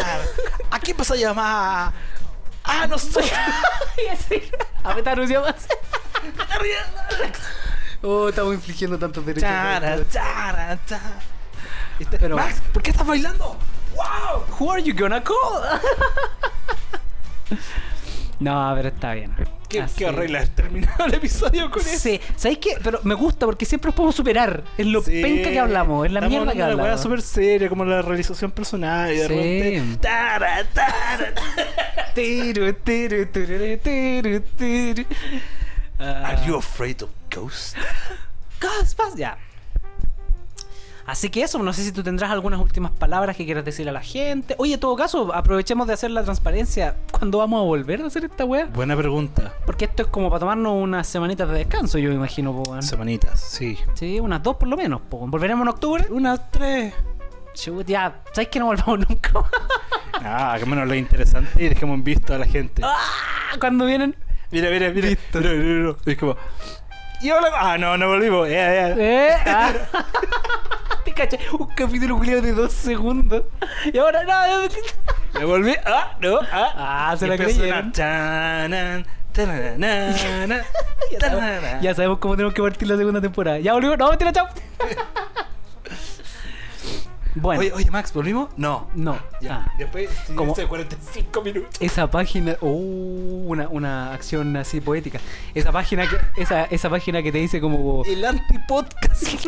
Speaker 2: ¿a quién vas a llamar? Ah,
Speaker 1: [LAUGHS]
Speaker 2: no sé.
Speaker 1: A ver, te anuncio más. Oh, estamos infligiendo tantos derechos.
Speaker 2: Chara, chara, chara. Este-
Speaker 1: Pero-
Speaker 2: Max, ¿por qué estás bailando?
Speaker 4: ¡Wow!
Speaker 1: Who are you gonna call?
Speaker 2: Ah,
Speaker 1: no, pero está bien.
Speaker 2: ¿Qué,
Speaker 1: Así-
Speaker 2: qué horrible has terminado el episodio con eso.
Speaker 1: Sí, ¿sabéis qué? Pero me gusta porque siempre nos podemos superar. Es lo
Speaker 2: Sí.
Speaker 1: penca que hablamos, es la
Speaker 2: Estamos
Speaker 1: mierda
Speaker 2: hablando
Speaker 1: que
Speaker 2: de una weá
Speaker 1: hablamos.
Speaker 2: súper seria, como la realización personal. Y de
Speaker 1: Sí.
Speaker 2: repente, tara, tara, tara.
Speaker 1: Tiru, tiru, tururu, tiru, tiru. Ah.
Speaker 2: Are you afraid of ghosts?
Speaker 1: Ghostbusters, Ya. Así que eso, no sé si tú tendrás algunas últimas palabras que quieras decir a la gente. Oye, en todo caso, aprovechemos de hacer la transparencia. ¿Cuándo vamos a volver a hacer esta weá?
Speaker 2: Buena pregunta.
Speaker 1: Porque esto es como para tomarnos unas semanitas de descanso, yo me imagino, po, weón.
Speaker 2: Semanitas, sí.
Speaker 1: Sí, unas dos por lo menos, po. ¿Volveremos en octubre?
Speaker 2: Unas tres.
Speaker 1: Chut, ya, ¿sabes que no volvamos [LAUGHS] nunca? más?
Speaker 2: Ah, que menos lo interesante y dejemos en visto a la gente.
Speaker 1: ¡Ah! ¿Cuándo vienen?
Speaker 2: Mira, mira, mira. No, no, no. Es como. Y hola. Ah, no, no volvimos. Eh, eh.
Speaker 1: ¿Eh? Ah. [LAUGHS] Te caché, un capítulo culiado de dos segundos. Y ahora nada.
Speaker 2: Ya volví. Ah, no, ah.
Speaker 1: Ah, se
Speaker 2: Y
Speaker 1: la
Speaker 2: empieza
Speaker 1: creyeron.
Speaker 2: una tanan,
Speaker 1: [LAUGHS]
Speaker 2: tananana, tananana.
Speaker 1: Ya sabemos cómo tenemos que partir la segunda temporada. Ya volvimos. No, mentira,
Speaker 2: [LAUGHS]
Speaker 1: chao. bueno,
Speaker 2: Oye, oye, Max, ¿volvimos? Este No.
Speaker 1: no.
Speaker 2: Ya.
Speaker 1: Ah,
Speaker 2: Después, sí,
Speaker 1: Como-
Speaker 2: dice 45 minutos.
Speaker 1: esa página. Oh, una, una acción así poética. Esa página que, esa, esa página que te dice como.
Speaker 2: El antipodcast.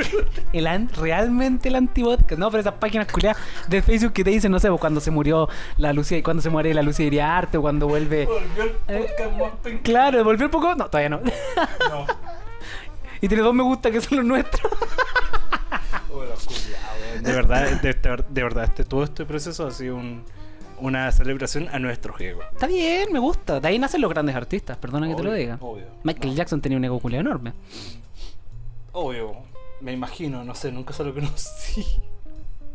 Speaker 1: el an- realmente el antibodcast. No, pero esas páginas culiadas de Facebook que te dicen, no sé, pues, cuando se murió la Lucía y cuando se muere la Lucía iría arte o cuando vuelve.
Speaker 2: Volvió el
Speaker 1: Eh,
Speaker 2: podcast más
Speaker 1: [LAUGHS]
Speaker 2: penca.
Speaker 1: Claro, volvió un poco. No, todavía no. [LAUGHS]
Speaker 2: No.
Speaker 1: y tiene dos me gusta que son los nuestros. [LAUGHS]
Speaker 2: Hola, culiao, weón. De verdad, de, de- de verdad, este, todo este proceso ha sido un- una celebración a nuestro juego.
Speaker 1: Está bien, me gusta. De ahí nacen los grandes artistas, perdona que te lo
Speaker 2: Obvio,
Speaker 1: diga.
Speaker 2: obvio.
Speaker 1: Michael Jackson tenía un ego culiao enorme.
Speaker 2: Obvio, me imagino, no sé, nunca se lo conocí.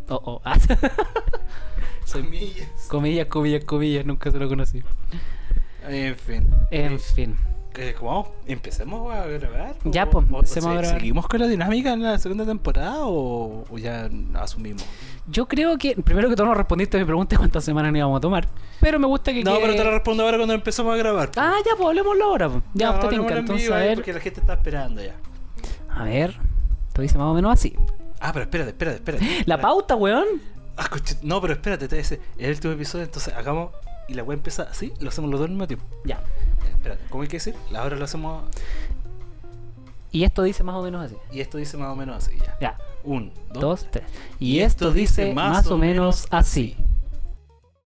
Speaker 1: Oh, oh. ah. [LAUGHS]
Speaker 2: Semillas.
Speaker 1: comillas, comillas, comillas, nunca se lo conocí.
Speaker 2: En fin.
Speaker 1: En fin.
Speaker 2: Eh, ¿Cómo? ¿Empecemos a grabar?
Speaker 1: Ya,
Speaker 2: ¿O-
Speaker 1: pues,
Speaker 2: o- o
Speaker 1: empecemos a
Speaker 2: se-
Speaker 1: grabar.
Speaker 2: ¿Seguimos con la dinámica en la segunda temporada o, o ya asumimos?
Speaker 1: Yo creo que, primero que todo, no respondiste a mi pregunta cuántas semanas no íbamos a tomar. Pero me gusta que.
Speaker 2: No,
Speaker 1: que-
Speaker 2: pero te lo respondo ahora cuando empecemos a grabar.
Speaker 1: Ah, ya, pues hablemoslo ahora. po. Ya, usted
Speaker 2: hablemoslo
Speaker 1: tinca,
Speaker 2: en
Speaker 1: entonces
Speaker 2: vivo eh,
Speaker 1: a
Speaker 2: ahí,
Speaker 1: ver.
Speaker 2: Porque la gente está esperando ya.
Speaker 1: A ver, te dice más o menos así.
Speaker 2: Ah, pero espérate, espérate, espérate.
Speaker 1: La
Speaker 2: espérate.
Speaker 1: pauta, weón.
Speaker 2: Ah, coche- No, pero espérate, te dice, es el último episodio, entonces hagamos. Y la web empieza así, lo hacemos los dos al mismo tiempo.
Speaker 1: Ya.
Speaker 2: Ya, espérate, ¿cómo hay que decir? La hora lo hacemos.
Speaker 1: Y esto dice más o menos así.
Speaker 2: Y esto dice más o menos así, ya.
Speaker 1: Ya.
Speaker 2: Un, dos,
Speaker 1: Dos, tres. Y esto dice más o menos así.